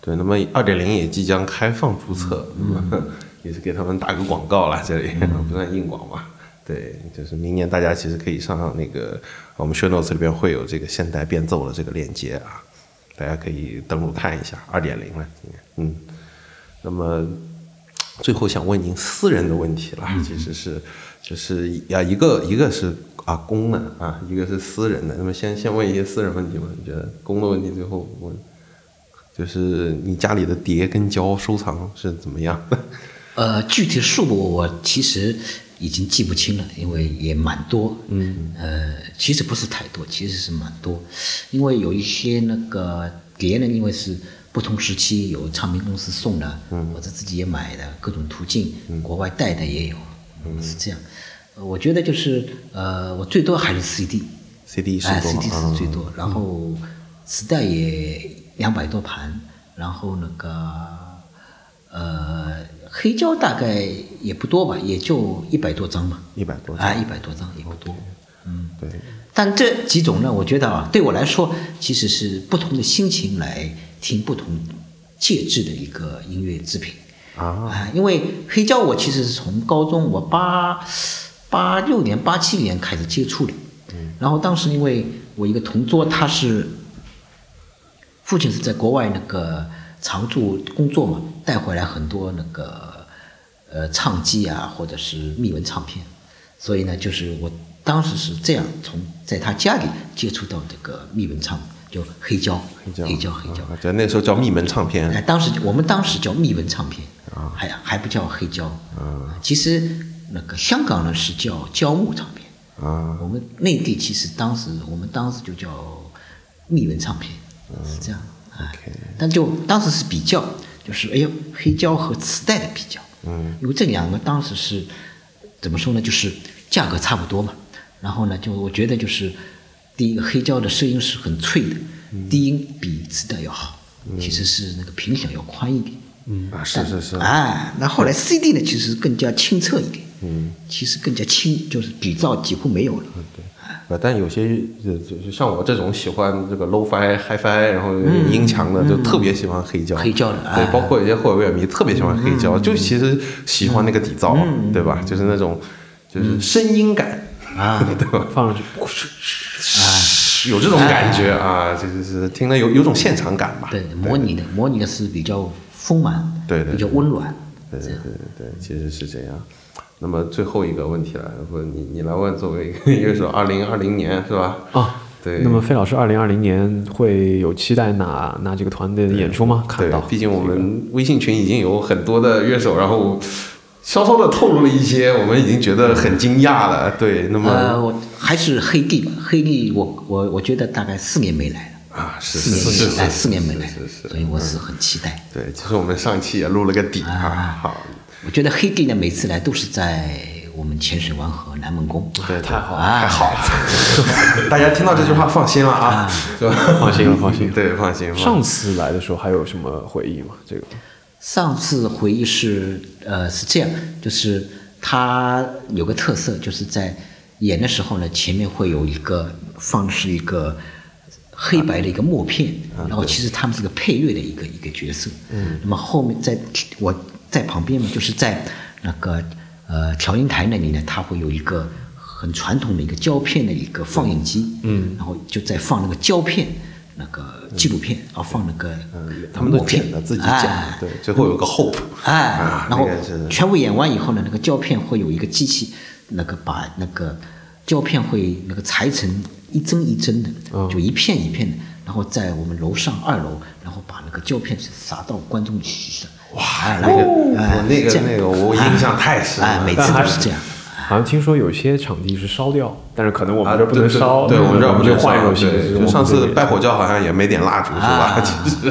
Speaker 1: 对对，那么二点零也即将开放注册。那么 也是给他们打个广告啦，这里 不算硬广吧。对，就是明年大家其实可以上上那个我们 show notes 里边会有这个现代变奏的这个链接啊，大家可以登录看一下，二点零了，今年嗯。那么最后想问您私人的问题啦，
Speaker 3: 嗯
Speaker 1: 其实是就是啊一个一个是啊公的啊，一个是私人的。那么先先问一些私人问题吧，你觉得公的问题最后问，就是你家里的碟跟胶收藏是怎么样的？
Speaker 3: 呃，具体数目我其实已经记不清了，因为也蛮多。嗯，呃，其实不是太多，其实是蛮多，因为有一些那个碟呢，因为是不同时期有唱片公司送的，嗯，或者自己也买的，各种途径，国外带的也有，嗯，是这样。呃我觉得就是呃，我最多还是 CD。
Speaker 1: CD 是
Speaker 3: 哎
Speaker 1: 多吗
Speaker 3: ，CD 是最多，然后磁带也两百多盘，然后那个呃黑胶大概也不多吧，也就一百多张吧，
Speaker 1: 一百多张哦
Speaker 3: 啊，一百多张也不多。
Speaker 1: 对，
Speaker 3: 但这几种呢，我觉得啊，对我来说其实是不同的心情来听不同介质的一个音乐制品
Speaker 1: 啊
Speaker 3: 因为黑胶我其实是从高中我八八六年八七年开始接触的，
Speaker 1: 嗯
Speaker 3: 然后当时因为我一个同桌他是父亲是在国外那个常驻工作嘛，带回来很多那个呃唱机啊，或者是密文唱片，所以呢，就是我当时是这样从在他家里接触到这个密文唱，就黑胶，黑
Speaker 1: 这样
Speaker 3: 黑胶，黑胶。
Speaker 1: 哦啊，就那时候叫密门唱
Speaker 3: 哎，
Speaker 1: 片，
Speaker 3: 当时我们当时叫密文唱片，
Speaker 1: 啊
Speaker 3: 还还不叫黑胶。其实那个香港呢是叫胶木唱片，
Speaker 1: 啊
Speaker 3: 我们内地其实当时我们当时就叫密文唱片，
Speaker 1: 嗯
Speaker 3: 是这样。哎
Speaker 1: OK
Speaker 3: 但就当时是比较，就是哎呦黑胶和磁带的比较，嗯，因为这两个当时是怎么说呢，就是价格差不多嘛。然后呢，就我觉得就是第一个黑胶的声音是很脆的，
Speaker 1: 嗯
Speaker 3: 低音比磁带要好，其实是那个频响要宽一点。嗯
Speaker 1: 啊嗯是是是
Speaker 3: 哎，那后来 CD 呢，其实更加清澈一点，嗯，其实更加轻，就是底噪几乎没有了。哎
Speaker 1: 呃，但有些就就像我这种喜欢这个 low-fi、hi-fi，然后音强的，就特别喜欢黑胶。
Speaker 3: 嗯黑胶的
Speaker 1: 对
Speaker 3: 哎，嗯
Speaker 1: 包括有些后摇乐迷特别喜欢黑胶，就其实喜欢那个底噪，对吧？就是那种就
Speaker 3: 嗯
Speaker 1: 是声音感啊，对吧？
Speaker 2: 放上去，
Speaker 1: 有这种感觉啊，就是是听了有有种现场感吧。
Speaker 3: 哎对，模拟的，模拟的是比较丰满，
Speaker 1: 对对对
Speaker 3: 比较温暖，
Speaker 1: 对对对对，其实是这样。那么最后一个问题了，不，你你来问，作为一个乐手，二零二零年是吧？
Speaker 3: 哦
Speaker 2: 啊，
Speaker 1: 对
Speaker 2: 那么费老师，二零二零年会有期待哪哪几个团队的演出吗？看
Speaker 1: 对
Speaker 2: 到，，
Speaker 1: 毕竟我们微信群已经有很多的乐手，然后稍稍的透露了一些我们已经觉得很惊讶了。对，那么、
Speaker 3: 呃，我还是黑帝吧，黑帝我我我觉得大概四年没来了，
Speaker 1: 啊，是
Speaker 3: 四
Speaker 1: 是是
Speaker 3: 年没
Speaker 1: 是
Speaker 3: 来，
Speaker 1: 是
Speaker 3: 四年没来
Speaker 1: 是是
Speaker 3: 了
Speaker 1: 嗯是，
Speaker 3: 所以我是很期待。
Speaker 1: 对，其实我们上期也录了个底啊，好，
Speaker 3: 我觉得黑帝呢，每次来都是在我们浅水湾和南门宫，啊
Speaker 1: 对，太
Speaker 2: 好
Speaker 3: 了
Speaker 1: 太好了，大家听到这句话放心了啊，是吧？
Speaker 2: 放心了放心了
Speaker 1: 对，放心，放心
Speaker 2: 上次来的时候还有什么回忆吗？这个
Speaker 3: 上次回忆是呃是这样，就是它有个特色，就是在演的时候呢，前面会有一个放的是一个黑白的一个默片，
Speaker 1: 啊
Speaker 3: 然后其实他们是个配乐的一个一个角色。嗯，那么后面在我在旁边嘛，就是在那个呃调音台那里呢，它会有一个很传统的一个胶片的一个放映机，嗯，然后就在放那个胶片。那个纪录片，然后放那个
Speaker 1: 嗯他们都
Speaker 3: 默片
Speaker 1: 剪的，自己剪的
Speaker 3: 哎，
Speaker 1: 嗯对，最后有个 hope，
Speaker 3: 哎
Speaker 1: 啊，，
Speaker 3: 然后
Speaker 1: 那个是
Speaker 3: 全部演完以后呢，那个胶片会有一个机器，那个把那个胶片会那个裁成一帧一帧的，
Speaker 1: 嗯
Speaker 3: 就一片一片的，然后在我们楼上二楼，然后把那个胶片撒到观众席上。哎
Speaker 1: 哇，那个我那
Speaker 3: 这
Speaker 1: 个
Speaker 3: 样
Speaker 1: 那个我印象太深
Speaker 3: 哎，
Speaker 1: 了
Speaker 3: 每，次都是 这样。
Speaker 2: 好像听说有些场地是烧掉，但是可能我们这不
Speaker 1: 对
Speaker 2: 能
Speaker 1: 对
Speaker 2: 烧，
Speaker 1: 对我们这儿
Speaker 2: 我
Speaker 1: 不
Speaker 2: 们啊就
Speaker 1: 能
Speaker 2: 换一
Speaker 1: 烧
Speaker 2: 种形
Speaker 1: 对
Speaker 2: 式。
Speaker 1: 就上次拜
Speaker 2: 办
Speaker 1: 火教好像也没点蜡烛是 吧？其实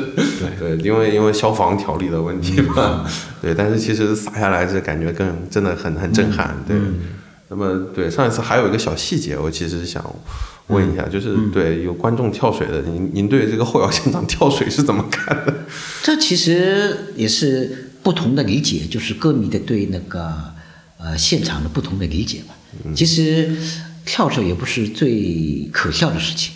Speaker 1: 对，因为因为消防条例的问题
Speaker 2: 嗯
Speaker 1: 嘛， 对，但是其实撒下来这感觉更真的很很震撼，
Speaker 2: 嗯
Speaker 1: 对。那么对上一次还有一个小细节，我其实想问一下，
Speaker 2: 嗯
Speaker 1: 就是对有观众跳水的，您您对这个后摇现场跳水是怎么看的？
Speaker 3: 这其实也是不同的理解，就是歌迷的对那个呃现场的不同的理解吧。其实跳水也不是最可笑的事情。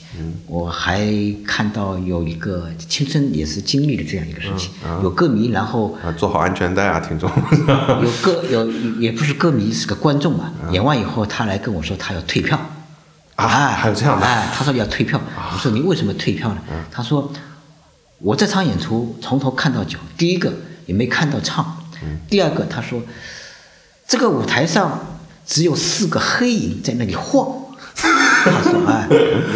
Speaker 3: 我还看到有一个亲身也是经历了这样一个事情，有歌迷，然后
Speaker 1: 啊，做好安全带啊，听众。
Speaker 3: 有歌有也不是歌迷，是个观众吧。演完以后，他来跟我说他要退票。
Speaker 1: 啊
Speaker 3: 哎
Speaker 1: 还有这样的啊嗯
Speaker 3: 哎，他说要退票。我说你为什么退票呢？他说我这场演出从头看到脚，第一个也没看到唱，
Speaker 1: 嗯
Speaker 3: 第二个他说这个舞台上只有四个黑影在那里晃。 他说哎，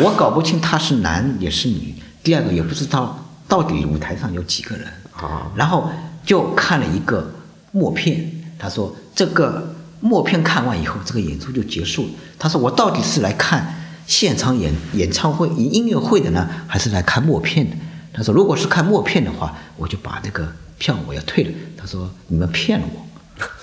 Speaker 3: 我搞不清他是男也是女，第二个也不知道到底舞台上有几个人。
Speaker 1: 啊
Speaker 3: 然后就看了一个默片，他说这个默片看完以后，这个演出就结束了。他说我到底是来看现场演演唱会、音音乐会的呢，还是来看默片的？他说如果是看默片的话，我就把这个票我要退了。他说你们骗了我，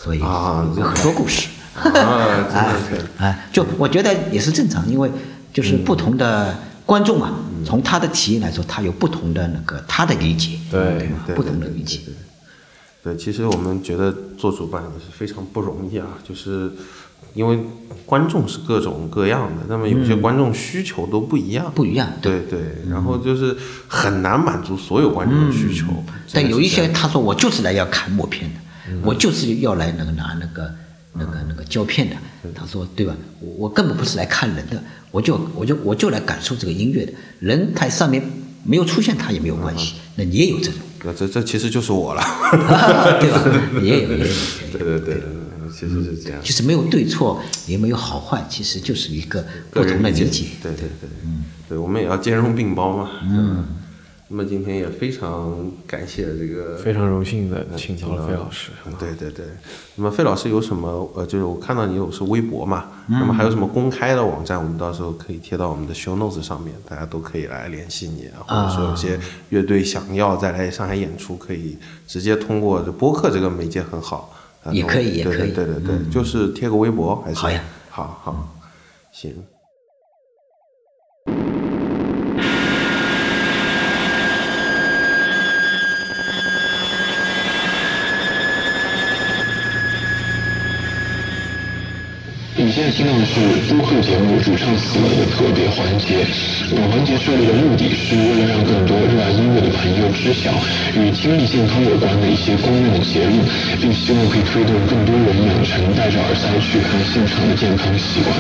Speaker 3: 所以
Speaker 1: 啊
Speaker 3: 有很多故事。
Speaker 1: 啊，真
Speaker 3: 啊
Speaker 1: 的是。
Speaker 3: 啊，就我觉得也是正常，因为就是
Speaker 1: 嗯
Speaker 3: 不同的观众嘛，从他的体验来说，他有不同的那个他的理解，
Speaker 2: 对
Speaker 3: 吗
Speaker 1: 对
Speaker 3: 不同的
Speaker 1: 对
Speaker 3: 理解。
Speaker 1: 对，其实我们觉得做主办也是非常不容易啊，就是因为观众是各种各样的，那么有些观众需求都不一样，
Speaker 3: 嗯不一样嗯对
Speaker 1: 对对，然后就是很难满足所有观众的需求。真
Speaker 3: 嗯但
Speaker 1: 的嗯
Speaker 3: 有
Speaker 1: 是
Speaker 3: 一
Speaker 1: 这
Speaker 3: 些
Speaker 1: 样
Speaker 3: 他说我就是来要看默片的，我就是要来那个拿那个那个那个胶片的。
Speaker 1: 嗯
Speaker 3: 他说对吧？我我根本不是来看人的，我就我就我就来感受这个音乐的。人台上面没有出现他也没有关系，
Speaker 1: 嗯
Speaker 3: 那你也 有这种，
Speaker 1: 那这这其实就是我了，
Speaker 3: 对吧？也有也有。也有
Speaker 1: 对对对对对，对其实是这样。
Speaker 3: 就是没有对错，也没有好坏，其实就是一个
Speaker 1: 个
Speaker 3: 不
Speaker 1: 人
Speaker 3: 同的理解。嗯
Speaker 1: 对对对，对我们也要兼容并包嘛。嗯，那么今天也非常感谢这个
Speaker 2: 非常荣幸的请到
Speaker 1: 到
Speaker 2: 了费老师。
Speaker 1: 对对对，那么费老师有什么呃，就是我看到你有是微博嘛，
Speaker 3: 嗯
Speaker 1: 那么还有什么公开的网站，我们到时候可以贴到我们的 show notes 上面，大家都可以来联系你啊，或者说有些乐队想要再来上海演出，可以直接通过这播客这个媒介很好，呃
Speaker 3: 也可以也
Speaker 1: 对
Speaker 3: 可以嗯
Speaker 1: 对对对对，就是贴个微博还是
Speaker 3: 好呀，
Speaker 1: 好好行。
Speaker 6: 你现在听到的是播客节目《主唱死了》的特别环节。本环节设立的目的是为了让更多热爱音乐的朋友知晓与听力健康有关的一些公用结论，并希望可以推动更多人养成戴着耳塞去看现场的健康习惯。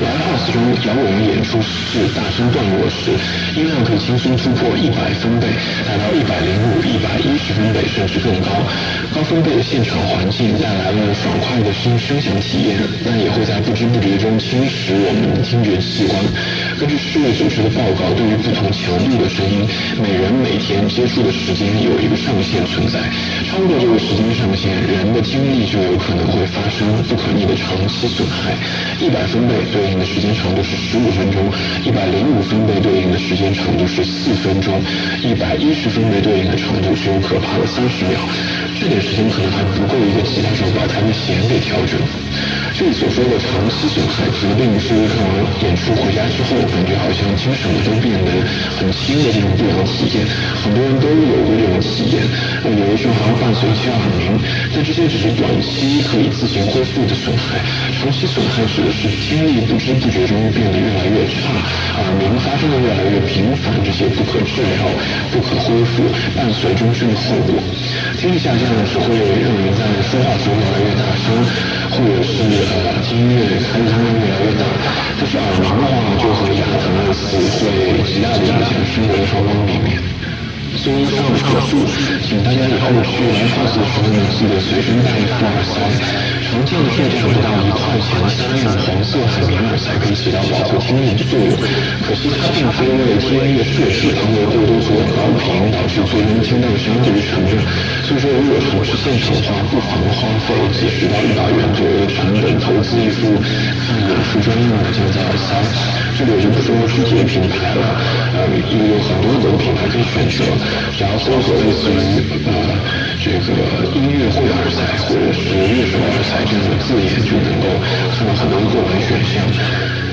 Speaker 6: 来 house 中摇滚乐演出是大声段落时，音量可以轻松突破一百分贝，达到一百零五、一百一十分贝甚至更高。高分贝的现场环境带来了爽快的声声响体验，但也会在不知不觉中侵蚀我们的听觉器官。根据世卫组织的报告，对于不同强度的声音，每人每天接触的时间有一个上限存在，超过这个时间上限，人的精力就有可能会发生不可逆的长期损害。一百分贝对应的时间长度是十五分钟，一百零五分贝对应的时间长度是四分钟，一百一十分贝对应的长度只有可怕的三十秒。这点时间可能还不够一个吉他手把他的弦给调整。这里所说的长期损害，指的并不是看完演出回家之后，感觉好像听什么都变得很轻的这种不良体验。很多人都有过这种体验，那有的时候还会伴随一些耳鸣。但这些只是短期可以自行恢复的损害，长期损害指的是听力不知不觉中变得越来越差，耳鸣发生的越来越频繁，这些不可治疗、不可恢复，伴随终身的后果。听力下降只会让人在说话时候越来越大声，或者是呃听音乐开音量越来越大。但是耳鸣的话，就和牙疼类似，会极大的影响生活的方方面面。所以上上述，请大家以后去来 house 的时候呢，记得随身带一副耳塞。常见的售价不到一块钱三样黄色海绵耳塞可以起到保护听力的作用，可惜它并非因为听音乐设置它们过多左右高频导致最终听到的声音过于沉闷。所以说，如果从事现场的话，不妨花费几十到一百元左右的成本投资一副看演出专用的降噪耳塞。这里我就不说具体的品牌了，呃，因为有很多种品牌可以选择，只要搜索类似于呃这个音乐会耳塞或者是乐手耳塞这样的字眼，就能够看到很多购买选项。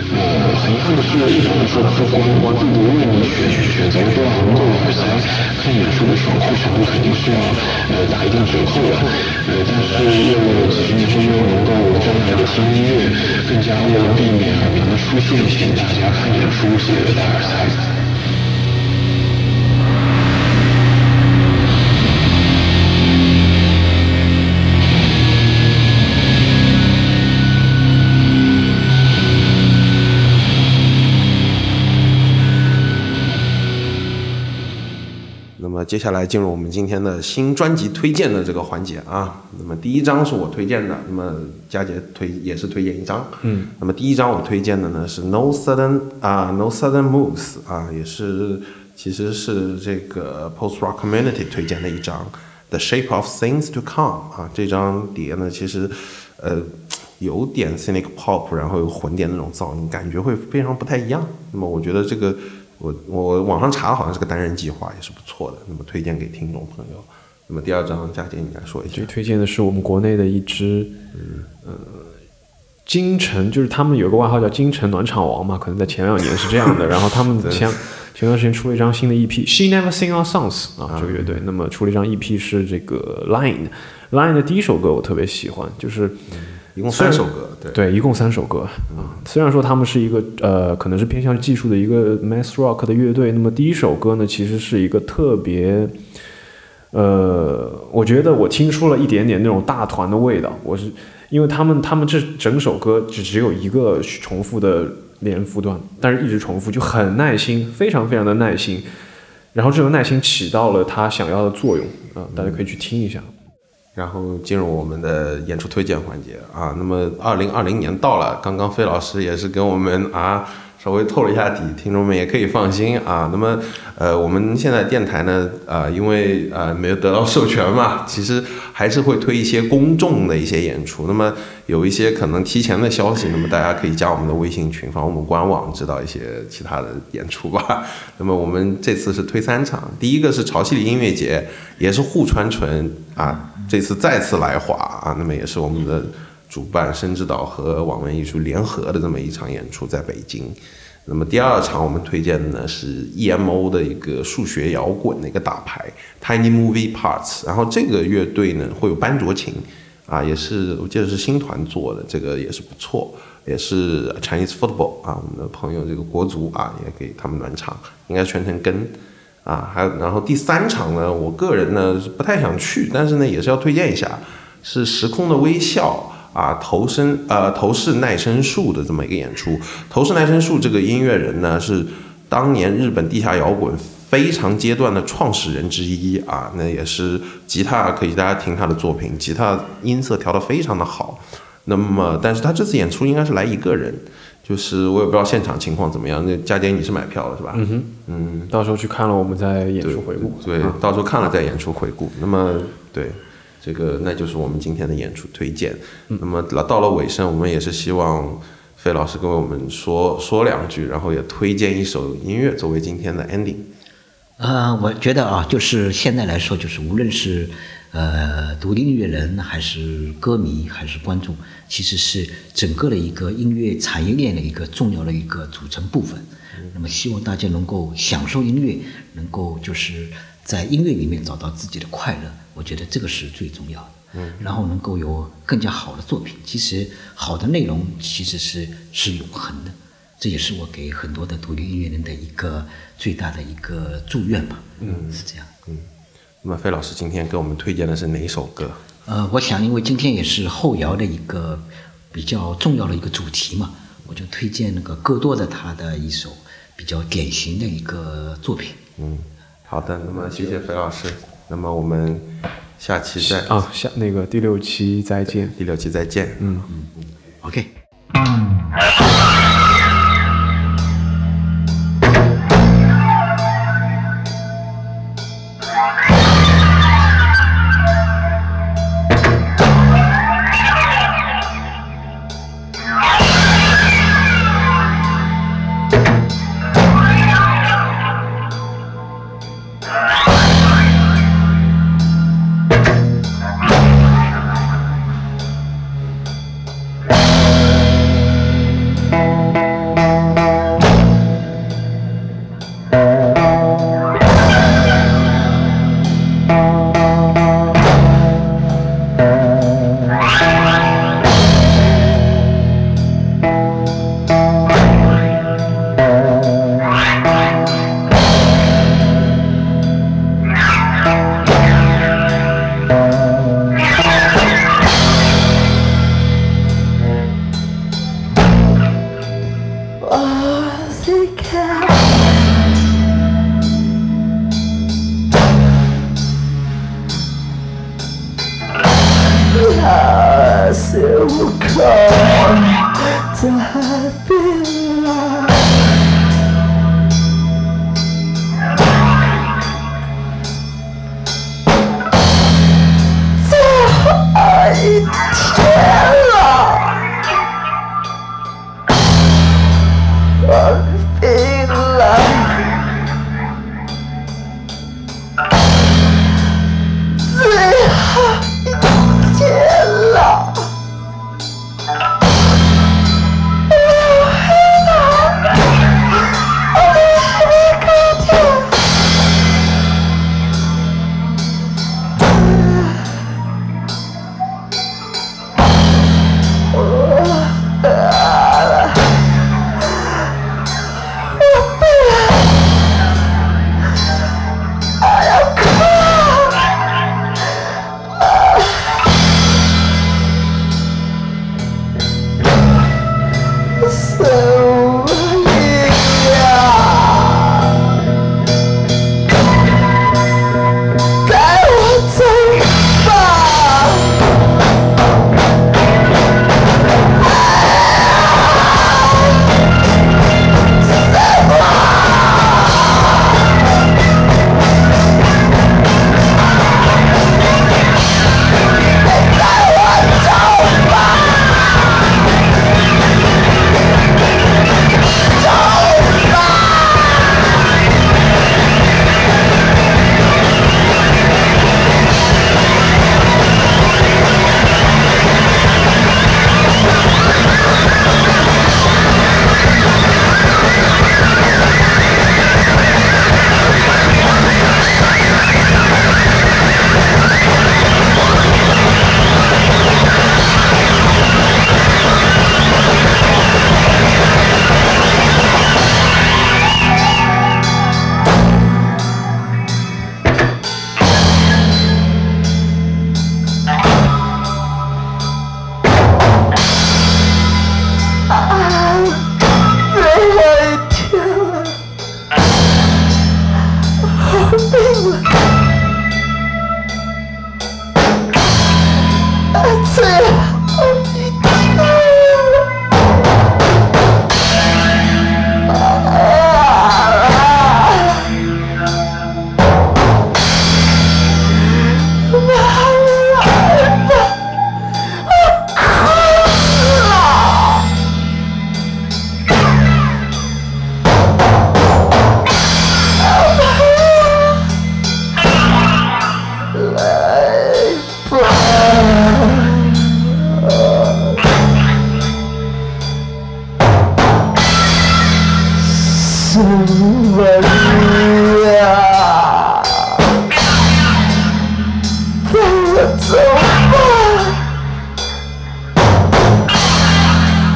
Speaker 6: 呃，很遗憾的是，一般来说不光不不为你选选择多少购买耳塞，看演出的爽快程度肯定是要呃打一定折扣的，呃，但是又几十年后又能够赚到爱的听音乐，更加为了避免耳鸣的出现，请大家看演出记得戴耳塞。
Speaker 1: 那么接下来进入我们今天的新专辑推荐的这个环节啊。那么第一张是我推荐的，那么佳杰推也是推荐一张。嗯。那么第一张我推荐的呢是 No Sudden 啊、No Sudden Moves 啊，也是其实是这个 Post Rock Community 推荐的一张 The Shape of Things to Come 啊。这张碟呢其实呃有点 Cynic Pop，然后有混点那种噪音，感觉会非常不太一样。那么我觉得这个。我我网上查好像是个单人计划，也是不错的，那么推荐给听众朋友。那么第二张，佳姐你来说一下
Speaker 2: 这。推荐的是我们国内的一支，呃，京城，就是他们有个外号叫“京城暖场王”嘛，可能在前两年是这 样的。然后他们前前段时间出了一张新的 EP，《She Never Sing Our Songs》啊，这个乐队。那么出了一张 EP 是这个 Line Line 的第一首歌，我特别喜欢，就是。
Speaker 1: 一共三首歌，对。
Speaker 2: 对，一共三首歌啊。虽然说他们是一个呃，可能是偏向技术的一个 math rock 的乐队，那么第一首歌呢，其实是一个特别，呃，我觉得我听出了一点点那种大团的味道。我是因为他们他们这整首歌只只有一个重复的连复段，但是一直重复，就很耐心，非常非常的耐心。然后这种耐心起到了他想要的作用啊、大家可以去听一下。
Speaker 1: 然后进入我们的演出推荐环节啊。那么二零二零年到了，刚刚费老师也是给我们啊稍微透了一下底，听众们也可以放心啊。那么呃，我们现在电台呢，呃，因为呃没有得到授权嘛，其实还是会推一些公众的一些演出。那么有一些可能提前的消息，那么大家可以加我们的微信群，访我们官网知道一些其他的演出吧。 那么我们这次是推三场，第一个是潮汐里音乐节，也是沪川纯啊，这次再次来华啊，那么也是我们的主办深之岛和网文艺术联合的这么一场演出，在北京。那么第二场我们推荐的呢是 EMO 的一个数学摇滚的一个打牌 Tiny Movie Parts，然后这个乐队呢会有班卓琴，啊，也是我记得是新团做的，这个也是不错，也是 Chinese Football 啊，我们的朋友这个国足啊也给他们暖场，应该全程跟。啊，还有然后第三场呢，我个人呢是不太想去，但是呢也是要推荐一下，是时空的微笑啊，投身呃投是奈生树的这么一个演出。投是奈生树这个音乐人呢是当年日本地下摇滚非常阶段的创始人之一啊，那也是吉他可以大家听他的作品，吉他音色调得非常的好。那么，但是他这次演出应该是来一个人，就是我也不知道现场情况怎么样。那佳姐你是买票了是吧？嗯哼，嗯。
Speaker 2: 到时候去看了我们再演出回顾。
Speaker 1: 对，到时候看了再演出回顾。那么，对，这个那就是我们今天的演出推荐。那么到到了尾声，我们也是希望费老师跟我们说说两句，然后也推荐一首音乐作为今天的 ending。
Speaker 3: 呃，我觉得啊，就是现在来说，就是无论是呃独立音乐人，还是歌迷，还是观众，其实是整个的一个音乐产业链的一个重要的一个组成部分。那么，希望大家能够享受音乐，能够就是在音乐里面找到自己的快乐，我觉得这个是最重要的。嗯，然后能够有更加好的作品。其实，好的内容其实是是永恒的。这也是我给很多的独立音乐人的一个最大的一个祝愿吧。嗯，是这样。
Speaker 1: 那么费老师今天给我们推荐的是哪一首歌？
Speaker 3: 呃，我想因为今天也是后摇的一个比较重要的一个主题嘛，我就推荐那个戈多的他的一首比较典型的一个作品。
Speaker 1: 嗯，好的，那么谢谢费老师。那么我们下期再
Speaker 2: 啊，下那个第六期再见。
Speaker 1: 第六期再见。嗯。
Speaker 3: OK。
Speaker 7: 些无可再变了。最后一天了，我病了，最后一天了，我回来了，我的哥哥。So yeah. 带我走吧。最后一天了，我病啊了，最后一天了，啊！妈来吧，我困了。Maria. That's so fun.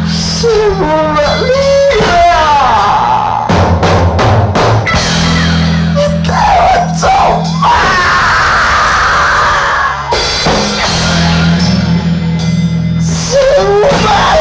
Speaker 7: Shiva Maria. That was so fun. Shiva Maria.